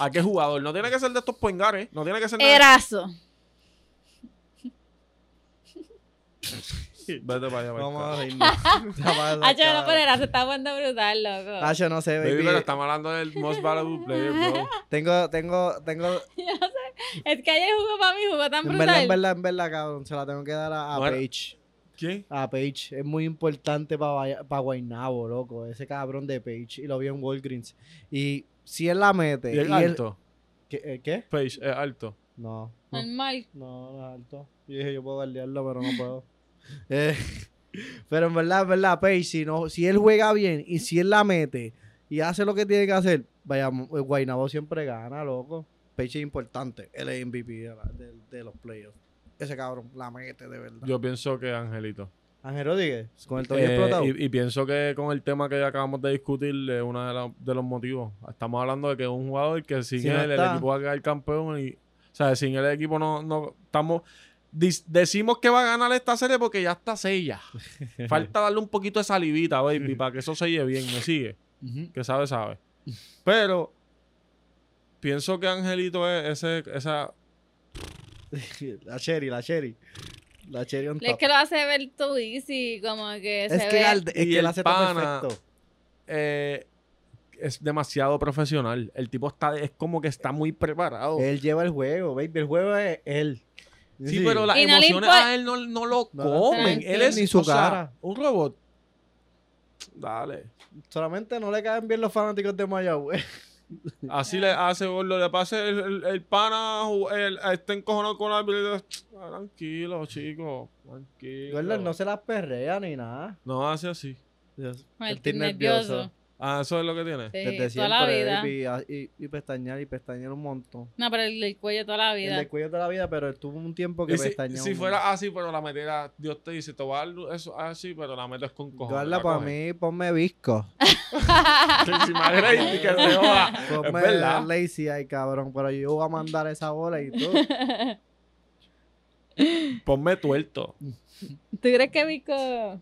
[SPEAKER 1] ¿A qué jugador? No tiene que ser de estos poingares, no tiene que ser de...
[SPEAKER 3] Erazo.
[SPEAKER 1] Vete para allá,
[SPEAKER 2] Vamos
[SPEAKER 1] para
[SPEAKER 2] a reírnos.
[SPEAKER 3] Hacho, Ah, no, pero Erazo está jugando brutal, loco.
[SPEAKER 2] Hacho, no sé,
[SPEAKER 1] Baby,
[SPEAKER 2] baby.
[SPEAKER 1] pero estamos hablando del most valuable player, bro.
[SPEAKER 2] Tengo, tengo, tengo.
[SPEAKER 3] Yo no sé. Es que ayer jugó para mí, jugó tan
[SPEAKER 2] En verdad,
[SPEAKER 3] brutal.
[SPEAKER 2] en verdad, en verdad, cabrón. Se la tengo que dar a, a
[SPEAKER 1] Bueno.
[SPEAKER 2] Paige.
[SPEAKER 1] ¿Quién?
[SPEAKER 2] A Page es muy importante para Guaynabo, loco. Ese cabrón de Page. Y lo vi en Walgreens. Y si él la mete.
[SPEAKER 1] Y es
[SPEAKER 2] y él-
[SPEAKER 1] alto.
[SPEAKER 2] ¿Qué, eh, qué?
[SPEAKER 1] Page, es alto.
[SPEAKER 2] No,
[SPEAKER 3] Normal.
[SPEAKER 2] no, no es alto. Yo dije, yo puedo darlearlo, pero no puedo. Eh, pero en verdad, en verdad, Page, si, no, si él juega bien y si él la mete y hace lo que tiene que hacer, vaya, Guaynabo siempre gana, loco. Page es importante. Él es MVP de, la- de- de los playoffs. Ese cabrón la mete, de verdad.
[SPEAKER 1] Yo pienso que Angelito.
[SPEAKER 2] Ángel Rodríguez, con el tobillo
[SPEAKER 1] Eh,
[SPEAKER 2] explotado.
[SPEAKER 1] y, y pienso que con el tema que acabamos de discutir es uno de, la- de los motivos. Estamos hablando de que un jugador que sin
[SPEAKER 2] Si no
[SPEAKER 1] él el
[SPEAKER 2] está.
[SPEAKER 1] equipo va a quedar campeón y, o sea, sin él el equipo no, no estamos dis- decimos que va a ganar esta serie porque ya está sella. Falta darle un poquito de salivita, baby, para que eso selle bien, me sigue,
[SPEAKER 2] Ujú.
[SPEAKER 1] que sabe sabe. Pero pienso que Angelito es ese esa
[SPEAKER 2] la Cherry, la Cherry. La Cherry on
[SPEAKER 3] Es
[SPEAKER 2] top.
[SPEAKER 3] que lo hace ver tú easy, como que
[SPEAKER 2] Es
[SPEAKER 3] se
[SPEAKER 2] que,
[SPEAKER 3] ve.
[SPEAKER 2] al- es que
[SPEAKER 1] Y
[SPEAKER 2] él
[SPEAKER 1] el
[SPEAKER 2] hace todo
[SPEAKER 1] pana-
[SPEAKER 2] perfecto.
[SPEAKER 1] eh, es demasiado profesional. El tipo está es como que está muy preparado.
[SPEAKER 2] Él lleva el juego, baby. El juego es él.
[SPEAKER 1] Sí, pero las
[SPEAKER 3] Y no le
[SPEAKER 1] emociones
[SPEAKER 3] impo-
[SPEAKER 1] a él no, no lo
[SPEAKER 2] No,
[SPEAKER 1] comen.
[SPEAKER 3] no
[SPEAKER 1] él es
[SPEAKER 2] ni su
[SPEAKER 1] o sea,
[SPEAKER 2] cara.
[SPEAKER 1] un robot. Dale.
[SPEAKER 2] Solamente no le caen bien los fanáticos de Mayagüez.
[SPEAKER 1] Así le hace gordo. Le pase el, el, el pana ju- el, está encojonado con la habilidad. Ah, Tranquilo, chico. Tranquilo.
[SPEAKER 2] Gordo, no se las perrea ni nada.
[SPEAKER 1] No hace así.
[SPEAKER 2] Dios,
[SPEAKER 3] Con el
[SPEAKER 2] estoy
[SPEAKER 3] tic nervioso.
[SPEAKER 1] Ah, eso es lo que tiene.
[SPEAKER 3] Sí,
[SPEAKER 2] Desde
[SPEAKER 3] toda la
[SPEAKER 2] siempre,
[SPEAKER 3] vida.
[SPEAKER 2] baby. ah, Y, y pestañear y pestañear un montón.
[SPEAKER 3] No, pero el, del cuello toda la vida.
[SPEAKER 2] El de cuello de la vida, pero él tuvo un tiempo que
[SPEAKER 1] Y si,
[SPEAKER 2] pestañeó.
[SPEAKER 1] si
[SPEAKER 2] un
[SPEAKER 1] fuera así, pero la metiera, Dios te dice, te voy a dar eso así, pero la metes con cojones.
[SPEAKER 2] Guarda
[SPEAKER 1] la
[SPEAKER 2] para
[SPEAKER 1] coges.
[SPEAKER 2] mí, ponme visco.
[SPEAKER 1] Si madre, y que se joda. Es
[SPEAKER 2] Ponme
[SPEAKER 1] verdad.
[SPEAKER 2] lazy ahí, cabrón. Pero yo voy a mandar esa bola y todo.
[SPEAKER 1] Ponme tuerto.
[SPEAKER 3] ¿Tú crees que Vico?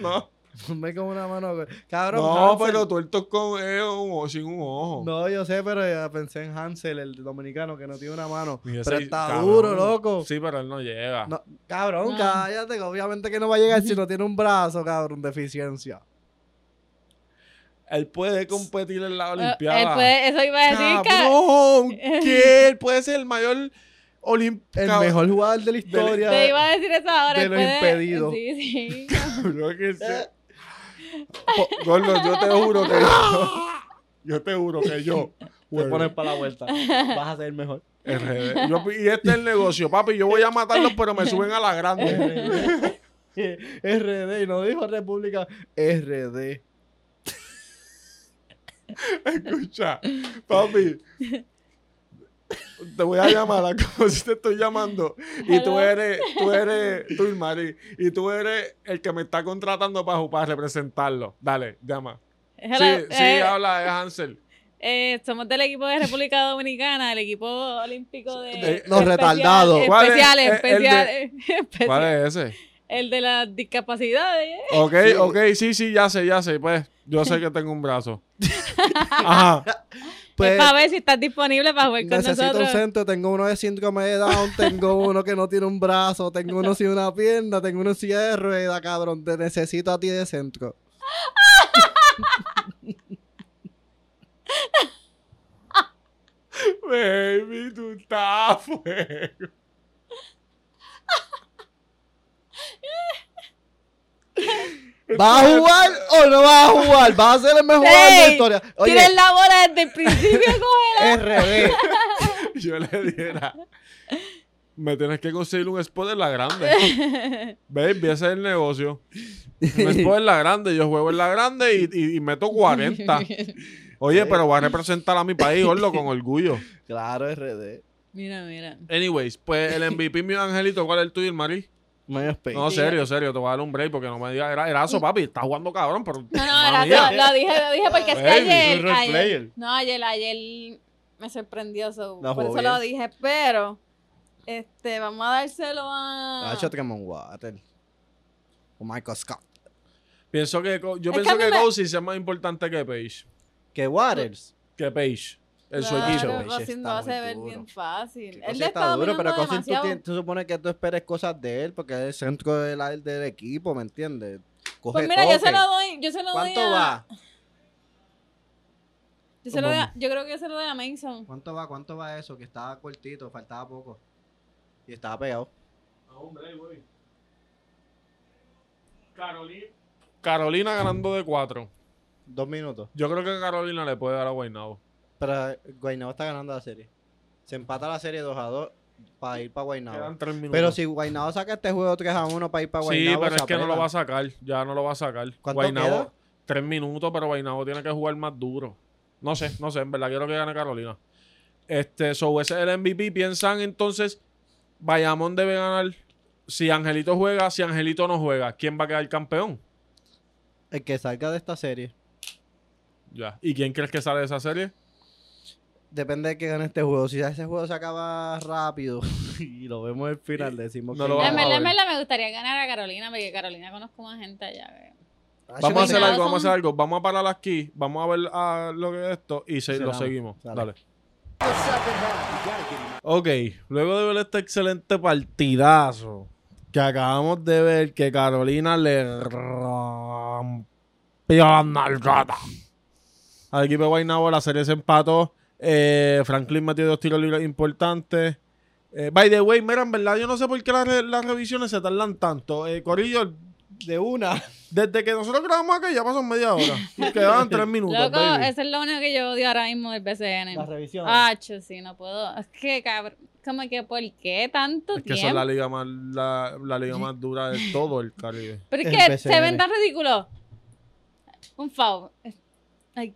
[SPEAKER 1] no.
[SPEAKER 2] Ponme con una mano. Cabrón.
[SPEAKER 1] No,
[SPEAKER 2] Hansel.
[SPEAKER 1] pero tuerto con eh, un ojo, sin un ojo.
[SPEAKER 2] No, yo sé, pero ya pensé en Hansel, el dominicano que no tiene una mano.
[SPEAKER 1] Y
[SPEAKER 2] Pero
[SPEAKER 1] ese-
[SPEAKER 2] está
[SPEAKER 1] cabrón.
[SPEAKER 2] duro, loco.
[SPEAKER 1] Sí, pero él no llega.
[SPEAKER 2] No, Cabrón,
[SPEAKER 3] No.
[SPEAKER 2] cállate, que obviamente que no va a llegar si no tiene un brazo, cabrón, deficiencia.
[SPEAKER 1] Él puede competir en la
[SPEAKER 3] Eh,
[SPEAKER 1] Olimpiada.
[SPEAKER 3] él puede- eso iba a decir que.
[SPEAKER 1] ¡Cabrón! ¿Qué? Él puede ser el mayor olim-
[SPEAKER 2] El
[SPEAKER 1] cab-
[SPEAKER 2] mejor jugador de la historia.
[SPEAKER 3] Te iba a decir eso ahora.
[SPEAKER 2] de
[SPEAKER 3] él
[SPEAKER 2] los
[SPEAKER 3] puede-
[SPEAKER 2] impedidos.
[SPEAKER 3] Sí, sí.
[SPEAKER 1] Cabrón que sí. Po- Gordo, yo te juro que yo... Yo te juro que yo...
[SPEAKER 2] Te pones para la vuelta. Vas a ser el mejor.
[SPEAKER 1] RD. Yo- y este es el negocio, papi. Yo voy a matarlos, pero me suben a la grande.
[SPEAKER 2] RD. RD, y no dijo República. RD.
[SPEAKER 1] Escucha, papi. Te voy a llamar a- como si te estoy llamando. Y tú
[SPEAKER 3] Hello.
[SPEAKER 1] eres, tú eres, tú, Mari, y tú eres el que me está contratando para, ju- para representarlo. Dale, llama.
[SPEAKER 3] Hello,
[SPEAKER 1] sí, sí,
[SPEAKER 3] eh,
[SPEAKER 2] ah,
[SPEAKER 1] habla, es Hansel.
[SPEAKER 3] eh, somos del equipo de República Dominicana, el equipo olímpico de.
[SPEAKER 1] De-
[SPEAKER 2] Los
[SPEAKER 3] especial-
[SPEAKER 2] retardados.
[SPEAKER 1] ¿Cuál es?
[SPEAKER 3] Especial,
[SPEAKER 1] Eh, el de-
[SPEAKER 3] especial. especial.
[SPEAKER 1] ¿Cuál es ese?
[SPEAKER 3] El de las discapacidades. ¿eh?
[SPEAKER 1] Ok,
[SPEAKER 2] Sí.
[SPEAKER 1] ok, sí, sí, ya sé, ya sé. Pues yo sé que tengo un brazo. Ajá.
[SPEAKER 2] Pues,
[SPEAKER 3] es para ver si estás disponible para jugar Pues con
[SPEAKER 2] Necesito
[SPEAKER 3] nosotros.
[SPEAKER 2] un centro, tengo uno de síndrome de Down, tengo uno que no tiene un brazo, tengo uno sin una pierna, tengo uno en silla de rueda, cabrón, te necesito a ti de centro.
[SPEAKER 1] Baby, tú estás a fuego.
[SPEAKER 2] ¿Vas a jugar o no vas a jugar? ¿Vas a ser el mejor jugador de la
[SPEAKER 3] Ey,
[SPEAKER 2] historia? Oye,
[SPEAKER 3] Tienes la bola desde el principio, coge.
[SPEAKER 2] RD,
[SPEAKER 1] yo le diera. Me tienes que conseguir un spot en la grande. Baby, ese es el negocio. Un spot en la grande. Yo juego en la grande y, y- y meto 40. Oye, pero voy a representar a mi país, Orlo, con orgullo.
[SPEAKER 2] Claro, RD.
[SPEAKER 3] Mira, mira.
[SPEAKER 1] Anyways, pues el MVP mío, Angelito, ¿cuál es el tuyo, Mari?
[SPEAKER 2] Medio space.
[SPEAKER 1] No, serio, serio, te voy a dar un break porque no me digas. Era, erazo, papi, estás jugando cabrón, pero.
[SPEAKER 3] No, no,
[SPEAKER 1] Mamma
[SPEAKER 3] era-
[SPEAKER 1] mía.
[SPEAKER 3] lo, lo dije, lo dije porque es que
[SPEAKER 1] Baby,
[SPEAKER 3] ayer,
[SPEAKER 2] role
[SPEAKER 3] ayer-
[SPEAKER 2] player.
[SPEAKER 3] No, ayer, ayer me sorprendió. so,
[SPEAKER 2] La
[SPEAKER 3] por
[SPEAKER 2] jugó
[SPEAKER 3] eso lo
[SPEAKER 2] bien.
[SPEAKER 3] dije, pero este, vamos a dárselo a.
[SPEAKER 2] Ah, yo tengo un water. O Michael Scott.
[SPEAKER 1] Pienso que. Co- Yo
[SPEAKER 3] Es que
[SPEAKER 1] pienso
[SPEAKER 3] a mí
[SPEAKER 1] que
[SPEAKER 3] me-
[SPEAKER 1] Cousy es más importante que Page.
[SPEAKER 2] ¿Qué Waters?
[SPEAKER 1] Que Page. En su
[SPEAKER 3] Claro,
[SPEAKER 1] equipo.
[SPEAKER 2] Beche
[SPEAKER 3] Racing
[SPEAKER 2] está
[SPEAKER 3] lo hace
[SPEAKER 2] muy
[SPEAKER 3] ver
[SPEAKER 2] duro.
[SPEAKER 3] bien fácil.
[SPEAKER 2] Cousy
[SPEAKER 3] Él le está dominando
[SPEAKER 2] pero Cousy tú,
[SPEAKER 3] demasiado.
[SPEAKER 2] tienes- tú supones que tú esperes cosas de él porque es el centro de la- del equipo, ¿me entiendes? Coge
[SPEAKER 3] Pues mira, yo se
[SPEAKER 2] toque.
[SPEAKER 3] lo doy, yo se lo doy
[SPEAKER 2] ¿Cuánto
[SPEAKER 3] a-
[SPEAKER 2] va?
[SPEAKER 3] Yo, se lo doy a- yo creo que yo se lo doy a Mason.
[SPEAKER 2] ¿Cuánto va? ¿Cuánto va eso? Que estaba cortito, faltaba poco. Y estaba pegado.
[SPEAKER 1] Carolina. ganando de 4.
[SPEAKER 2] Dos minutos.
[SPEAKER 1] Yo creo que Carolina le puede dar a Guaynabo.
[SPEAKER 2] Pero eh, Guaynabo está ganando la serie. Se empata la serie 2 a 2 para ir para Guaynabo.
[SPEAKER 1] Quedan 3 minutos.
[SPEAKER 2] Pero si Guaynabo saca este juego 3 a 1 para ir para
[SPEAKER 1] sí,
[SPEAKER 2] Guaynabo.
[SPEAKER 1] pero
[SPEAKER 2] se
[SPEAKER 1] es que no lo
[SPEAKER 2] apela.
[SPEAKER 1] va a sacar. Ya no lo va a sacar.
[SPEAKER 2] ¿Cuánto queda?
[SPEAKER 1] 3 minutos, pero Guaynabo tiene que jugar más duro. No sé, no sé. En verdad quiero que gane Carolina. Este, so ese es el MVP. Piensan entonces, Bayamón debe ganar si Angelito juega, si Angelito no juega, ¿quién va a quedar campeón?
[SPEAKER 2] El que salga de esta serie.
[SPEAKER 1] Ya. ¿Y quién crees que sale de esa serie?
[SPEAKER 2] Depende de que gane este juego. Si ese juego se acaba rápido y lo vemos al final, decimos
[SPEAKER 1] No
[SPEAKER 2] que
[SPEAKER 1] lo
[SPEAKER 3] En
[SPEAKER 1] vamos a
[SPEAKER 3] verdad,
[SPEAKER 1] ver.
[SPEAKER 3] en verdad me gustaría ganar a Carolina porque Carolina conozco más gente allá. ¿verdad?
[SPEAKER 2] Ah,
[SPEAKER 1] Vamos a hacer
[SPEAKER 3] Combinados
[SPEAKER 1] algo, vamos a hacer
[SPEAKER 3] son-
[SPEAKER 1] algo. Vamos a parar aquí, vamos a ver ah, lo que es esto y se- lo
[SPEAKER 2] Cerramos.
[SPEAKER 1] seguimos.
[SPEAKER 2] Dale.
[SPEAKER 1] Dale. Ok, luego de ver este excelente partidazo que acabamos de ver que Carolina le rompió la nalgada al equipo de Guaynabo, la serie se empató. eh, Franklin metió dos tiros libres importantes. Eh, by the way, mira, en verdad yo no sé por qué las, re- las revisiones se tardan tanto. Eh, Corillo,
[SPEAKER 2] de una.
[SPEAKER 1] desde que nosotros grabamos acá ya pasan media hora. Y quedaban tres minutos.
[SPEAKER 3] Loco,
[SPEAKER 1] baby.
[SPEAKER 3] eso es lo único que yo odio ahora mismo del
[SPEAKER 2] La
[SPEAKER 3] BCN.
[SPEAKER 2] revisión.
[SPEAKER 3] Ah, chu, sí, no puedo. Es que, cabrón, como que, ¿por qué tanto
[SPEAKER 1] Es que esa es
[SPEAKER 3] tiempo?
[SPEAKER 1] la liga más, la, la liga más dura de todo el Caribe.
[SPEAKER 3] Pero es
[SPEAKER 2] El
[SPEAKER 3] que se
[SPEAKER 2] BCN.
[SPEAKER 3] ven tan ridículos. Un favor. Ay,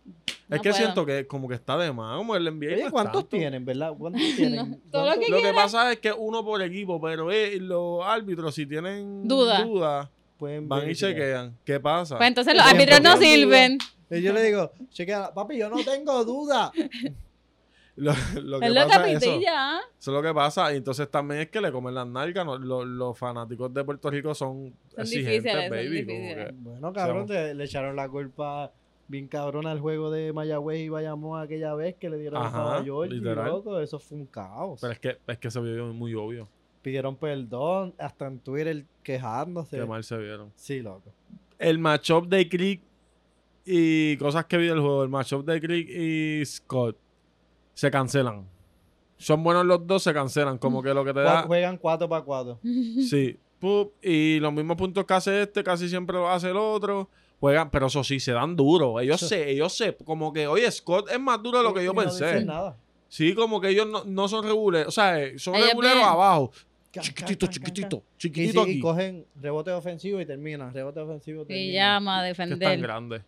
[SPEAKER 1] es que siento que como que está de más, como el NBA. no
[SPEAKER 2] Oye,
[SPEAKER 1] es
[SPEAKER 2] ¿cuántos
[SPEAKER 1] tanto.
[SPEAKER 2] tienen, verdad? ¿Cuántos tienen?
[SPEAKER 3] No, todo lo
[SPEAKER 2] ¿Cuántos?
[SPEAKER 3] que-
[SPEAKER 1] Lo que pasa es que uno por equipo, pero eh, los árbitros si tienen
[SPEAKER 3] Duda.
[SPEAKER 1] dudas,
[SPEAKER 2] Pueden
[SPEAKER 1] van y
[SPEAKER 2] verificar.
[SPEAKER 1] chequean. ¿Qué pasa?
[SPEAKER 3] Pues entonces los
[SPEAKER 2] Siento
[SPEAKER 3] árbitros no
[SPEAKER 2] que-
[SPEAKER 3] sirven.
[SPEAKER 2] Y yo le digo, chequea, papi, yo no tengo duda.
[SPEAKER 1] Eh, Lo, lo que
[SPEAKER 3] Es lo
[SPEAKER 1] pasa es eso.
[SPEAKER 3] capitilla.
[SPEAKER 1] Eso es lo que pasa. Y entonces también es que le comen las nalgas. ¿no? Los, los fanáticos de Puerto Rico son,
[SPEAKER 3] Son
[SPEAKER 1] exigentes,
[SPEAKER 3] difíciles, son
[SPEAKER 1] baby. como
[SPEAKER 3] difíciles.
[SPEAKER 1] que-
[SPEAKER 2] Bueno, cabrón, te- le echaron la culpa bien cabrón al juego de Mayagüez y Bayamón aquella vez que le dieron
[SPEAKER 1] Ajá,
[SPEAKER 2] a Nueva York. y,
[SPEAKER 1] literal.
[SPEAKER 2] loco, eso fue un caos.
[SPEAKER 1] pero es que, es que se vio muy obvio.
[SPEAKER 2] Pidieron perdón, hasta en Twitter quejándose.
[SPEAKER 1] Qué mal se vieron.
[SPEAKER 2] Sí, loco.
[SPEAKER 1] el matchup de Crick y cosas que vi del juego, el matchup de Crick y Scott se cancelan. Son buenos los dos, se cancelan. Como que lo que te
[SPEAKER 2] Cua-
[SPEAKER 1] da.
[SPEAKER 2] Juegan 4 para 4.
[SPEAKER 1] Sí. pup, y los mismos puntos que hace este, casi siempre lo hace el otro. Juegan, pero eso sí, se dan duro. Ellos
[SPEAKER 2] Eso-
[SPEAKER 1] sé, ellos sé. Como que, oye, Scott es más duro de lo que yo
[SPEAKER 2] No
[SPEAKER 1] pensé.
[SPEAKER 2] dicen nada.
[SPEAKER 1] sí, como que ellos no, no son reguleros. O sea, eh, son
[SPEAKER 3] Ellos
[SPEAKER 1] reguleros
[SPEAKER 3] ven.
[SPEAKER 1] abajo.
[SPEAKER 2] Can,
[SPEAKER 1] Chiquitito,
[SPEAKER 2] can, can,
[SPEAKER 1] chiquitito.
[SPEAKER 2] can. Y,
[SPEAKER 1] Chiquitito
[SPEAKER 2] sí, y
[SPEAKER 1] aquí.
[SPEAKER 2] cogen rebote ofensivo y terminan. Rebote ofensivo
[SPEAKER 3] Y
[SPEAKER 2] termina.
[SPEAKER 3] llama a
[SPEAKER 1] Que es tan
[SPEAKER 3] defender.
[SPEAKER 1] grande.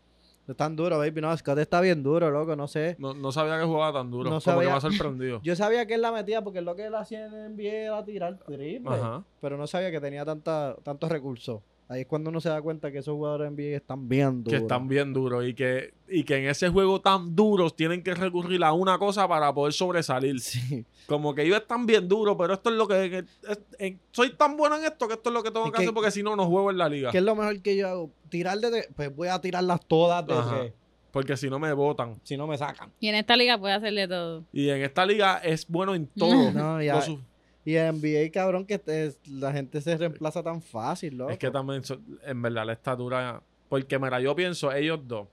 [SPEAKER 2] Están duros, baby. No, Scott está bien duro, loco. No sé.
[SPEAKER 1] No, no sabía que jugaba tan duro.
[SPEAKER 2] No
[SPEAKER 1] como que
[SPEAKER 2] sabía.
[SPEAKER 1] me ha sorprendido.
[SPEAKER 2] Yo sabía que él la metía porque lo que él hacía en NBA era tirar triple.
[SPEAKER 1] Ajá.
[SPEAKER 2] Pero no sabía que tenía tanta, tantos recursos. Ahí es cuando uno se da cuenta que esos jugadores NBA están bien duros.
[SPEAKER 1] que están bien duros y que, y que en ese juego tan duros tienen que recurrir a una cosa para poder sobresalir.
[SPEAKER 2] Sí.
[SPEAKER 1] Como que ellos están bien duros, pero esto es lo que... que- es- en- soy tan bueno en esto que esto es lo que tengo
[SPEAKER 2] Es
[SPEAKER 1] que,
[SPEAKER 2] que-
[SPEAKER 1] hacer porque si no, no juego en la liga.
[SPEAKER 2] ¿Qué es lo mejor que yo hago? Tirar de tres. Pues voy a tirarlas todas de
[SPEAKER 1] Ajá.
[SPEAKER 2] tres.
[SPEAKER 1] Porque si no, me votan.
[SPEAKER 2] Si no me sacan.
[SPEAKER 3] Y en esta liga puede hacerle todo.
[SPEAKER 1] Y en esta liga es bueno en todo.
[SPEAKER 2] No, ya.
[SPEAKER 1] Lo su-
[SPEAKER 2] Y en NBA, cabrón, que te- la gente se reemplaza tan fácil, loco.
[SPEAKER 1] es que también, so- en verdad, la estatura... Porque, mira, yo pienso, ellos dos.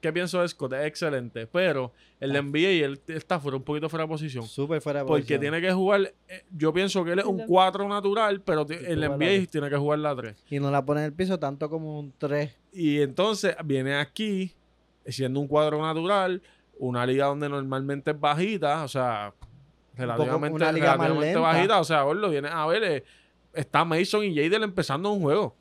[SPEAKER 1] ¿Qué pienso de Scott? Es excelente. Pero el
[SPEAKER 2] Ah.
[SPEAKER 1] NBA y él está fuera, un poquito fuera de posición.
[SPEAKER 2] Súper fuera de
[SPEAKER 1] Porque
[SPEAKER 2] posición.
[SPEAKER 1] tiene que jugar, eh, yo pienso que él es un
[SPEAKER 3] Lo-
[SPEAKER 1] 4 natural, pero ti-
[SPEAKER 2] Y tú
[SPEAKER 1] el
[SPEAKER 2] juegas la
[SPEAKER 1] NBA
[SPEAKER 2] tres.
[SPEAKER 1] tiene que jugar la 3.
[SPEAKER 2] Y no la pone en el piso tanto como un 3.
[SPEAKER 1] Y entonces viene aquí, siendo un 4 natural, una liga donde normalmente es bajita, o sea, relativamente,
[SPEAKER 2] una liga más
[SPEAKER 1] relativamente
[SPEAKER 2] lenta.
[SPEAKER 1] bajita, o sea, lo viene a ver, eh, está Mason y Jadel empezando un juego.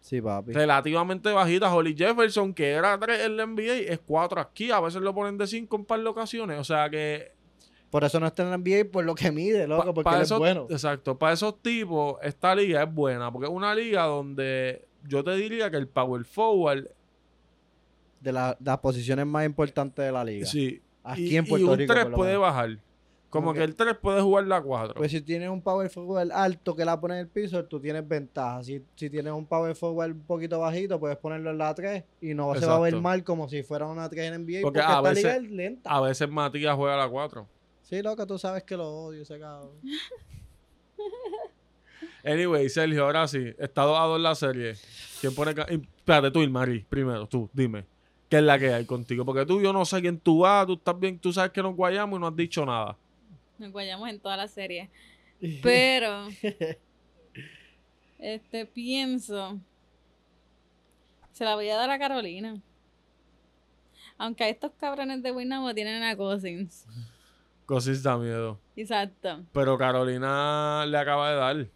[SPEAKER 2] Sí, papi.
[SPEAKER 1] Relativamente bajita, Holly Jefferson, que era 3 en la NBA, es 4 aquí, a veces lo ponen de 5 en par de ocasiones, o sea que
[SPEAKER 2] Por eso no está en la NBA, por lo que mide, loco,
[SPEAKER 1] Pa-
[SPEAKER 2] porque
[SPEAKER 1] pa'
[SPEAKER 2] él
[SPEAKER 1] esos-
[SPEAKER 2] es bueno.
[SPEAKER 1] Exacto, para esos tipos, esta liga es buena, porque es una liga donde yo te diría que el power forward,
[SPEAKER 2] De la- las posiciones más importantes de la liga.
[SPEAKER 1] sí,
[SPEAKER 2] Aquí
[SPEAKER 1] y,
[SPEAKER 2] en
[SPEAKER 1] y
[SPEAKER 2] Puerto
[SPEAKER 1] un
[SPEAKER 2] Rico.
[SPEAKER 1] 3
[SPEAKER 2] por lo
[SPEAKER 1] puede
[SPEAKER 2] menos.
[SPEAKER 1] bajar. Como
[SPEAKER 2] Como
[SPEAKER 1] que
[SPEAKER 2] que-
[SPEAKER 1] el 3 puede jugar la 4.
[SPEAKER 2] Pues si tienes un power forward alto que la pone en el piso, tú tienes ventaja. Si, si tienes un power forward un poquito bajito, puedes ponerlo en la 3 y no se va a ver
[SPEAKER 1] Exacto.
[SPEAKER 2] mal como si fuera una 3 en NBA.
[SPEAKER 1] Porque
[SPEAKER 2] Porque,
[SPEAKER 1] a
[SPEAKER 2] esta
[SPEAKER 1] veces-
[SPEAKER 2] liga es lenta.
[SPEAKER 1] a veces Matías juega la 4.
[SPEAKER 2] Sí, loco, tú sabes que lo odio ese cabrón.
[SPEAKER 1] Anyway, Sergio, ahora sí, está 2 a 2 la serie. ¿Quién pone ca- y- Espérate, tú, Ilmari, primero, tú, dime. ¿Qué es la que hay contigo? Porque tú, yo no sé quién tú vas, tú estás bien, tú sabes que nos guayamos y no has dicho nada.
[SPEAKER 3] Nos guayamos en toda la serie. Pero. este pienso. Se la voy a dar a Carolina. Aunque a estos cabrones de Winamo tienen a Cousins.
[SPEAKER 1] Cosis da miedo.
[SPEAKER 3] Exacto.
[SPEAKER 1] Pero Carolina le acaba de dar.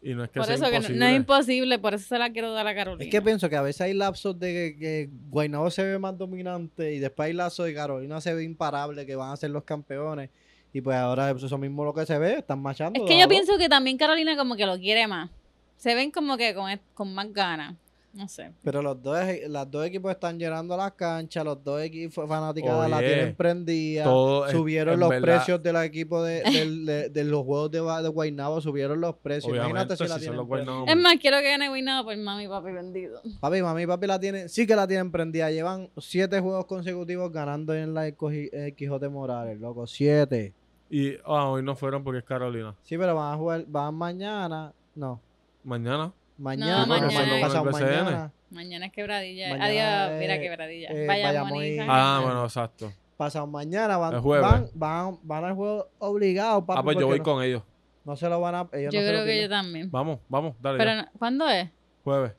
[SPEAKER 1] Y no es que
[SPEAKER 3] Por
[SPEAKER 1] sea
[SPEAKER 3] eso que no- no,
[SPEAKER 1] imposible.
[SPEAKER 3] es imposible, por eso se la quiero dar a Carolina.
[SPEAKER 2] Es que pienso que a veces hay lapsos de que, que Guaynabo se ve más dominante y después hay lapsos de Carolina se ve imparable, que van a ser los campeones. Y pues ahora eso mismo lo que se ve, están machando.
[SPEAKER 3] Es
[SPEAKER 2] dos
[SPEAKER 3] que
[SPEAKER 2] a
[SPEAKER 3] yo
[SPEAKER 2] dos.
[SPEAKER 3] pienso que también Carolina como que lo quiere más. Se ven como que con, con más ganas. No sé.
[SPEAKER 2] Pero los dos, los dos equipos están llenando las canchas, los dos equipos fanaticadas la
[SPEAKER 1] Oye,
[SPEAKER 2] tienen prendida.
[SPEAKER 1] Todo es-
[SPEAKER 2] subieron
[SPEAKER 1] en
[SPEAKER 2] los
[SPEAKER 1] verdad,
[SPEAKER 2] precios del equipo de, del- de- de los juegos de, Gua- de Guaynabo, subieron los precios.
[SPEAKER 1] Obviamente,
[SPEAKER 2] Imagínate si,
[SPEAKER 1] si,
[SPEAKER 2] la
[SPEAKER 1] son
[SPEAKER 2] tienen.
[SPEAKER 1] los
[SPEAKER 2] prendida.
[SPEAKER 1] Guaynabo.
[SPEAKER 3] Es más, quiero que gane Guinado por mami, papi vendido.
[SPEAKER 2] Papi, mami y papi la tienen, sí que la tienen prendida. Llevan siete juegos consecutivos ganando en la del Coji- eh, Quijote Morales, loco, siete.
[SPEAKER 1] Y ah, hoy no fueron porque es Carolina.
[SPEAKER 2] Sí, pero van a jugar, van mañana, no,
[SPEAKER 1] Mañana.
[SPEAKER 2] mañana,
[SPEAKER 3] No,
[SPEAKER 2] pero
[SPEAKER 3] mañana.
[SPEAKER 2] pasado- pasado
[SPEAKER 1] Con el BCN.
[SPEAKER 2] mañana.
[SPEAKER 3] Mañana es quebradilla. eh.
[SPEAKER 2] Mañana
[SPEAKER 3] Adiós, mira
[SPEAKER 2] es,
[SPEAKER 3] quebradilla.
[SPEAKER 2] eh,
[SPEAKER 3] Vayamos.
[SPEAKER 2] Bayamón y-
[SPEAKER 1] Ah, bueno, exacto.
[SPEAKER 2] Pasado mañana
[SPEAKER 1] El
[SPEAKER 2] van,
[SPEAKER 1] jueves.
[SPEAKER 2] van, van, van al juego obligado, papi.
[SPEAKER 1] Ah, pues yo voy
[SPEAKER 2] porque no-
[SPEAKER 1] con ellos.
[SPEAKER 2] No se lo van a. Ellos
[SPEAKER 3] Yo
[SPEAKER 2] no se lo
[SPEAKER 3] creo que yo
[SPEAKER 2] piden.
[SPEAKER 3] también.
[SPEAKER 1] Vamos, vamos, dale.
[SPEAKER 3] Pero,
[SPEAKER 1] ya.
[SPEAKER 3] no- ¿cuándo es?
[SPEAKER 1] Jueves.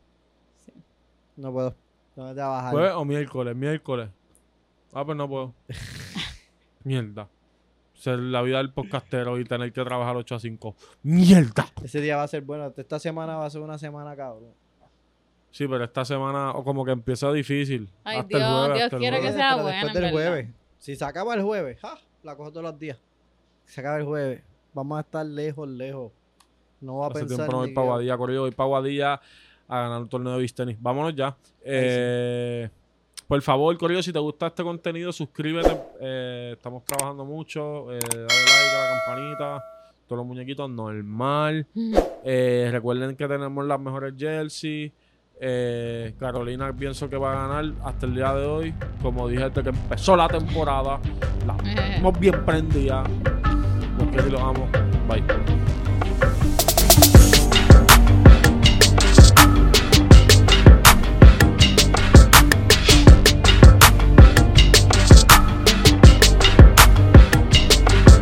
[SPEAKER 2] No puedo. No voy a trabajar.
[SPEAKER 1] ¿Jueves o miércoles? Miércoles. Ah, pues no puedo. Mierda. Ser la vida del podcastero y tener que trabajar 8 a 5. ¡Mierda!
[SPEAKER 2] Ese día va a ser bueno. Esta semana va a ser una semana, cabrón.
[SPEAKER 1] Sí, pero esta semana o como que empieza difícil.
[SPEAKER 3] Ay,
[SPEAKER 1] hasta
[SPEAKER 3] Dios,
[SPEAKER 1] el jueves,
[SPEAKER 3] Dios
[SPEAKER 1] hasta el
[SPEAKER 3] quiera que
[SPEAKER 1] jueves.
[SPEAKER 3] sea
[SPEAKER 2] Pero
[SPEAKER 3] buena,
[SPEAKER 2] Después
[SPEAKER 3] en
[SPEAKER 2] del
[SPEAKER 3] verdad.
[SPEAKER 2] jueves. Si se acaba el jueves, ¡ja! la cojo todos los días. Se acaba el jueves. Vamos a estar lejos, lejos. No va a
[SPEAKER 1] Hace
[SPEAKER 2] pensar.
[SPEAKER 1] tiempo no voy
[SPEAKER 2] ni
[SPEAKER 1] para
[SPEAKER 2] que-
[SPEAKER 1] Guadilla, corrido, voy para Guadilla a ganar un torneo de beach tenis. Vámonos ya. Eh, Por favor, Corrido, si te gusta este contenido, suscríbete. Eh, estamos trabajando mucho. Eh, dale like a la campanita. Todos los muñequitos normal. Eh, recuerden que tenemos las mejores jerseys. Eh, Carolina pienso que va a ganar hasta el día de hoy. Como dije desde que empezó la temporada, la tenemos bien prendida. Los quiero y los amo. Bye.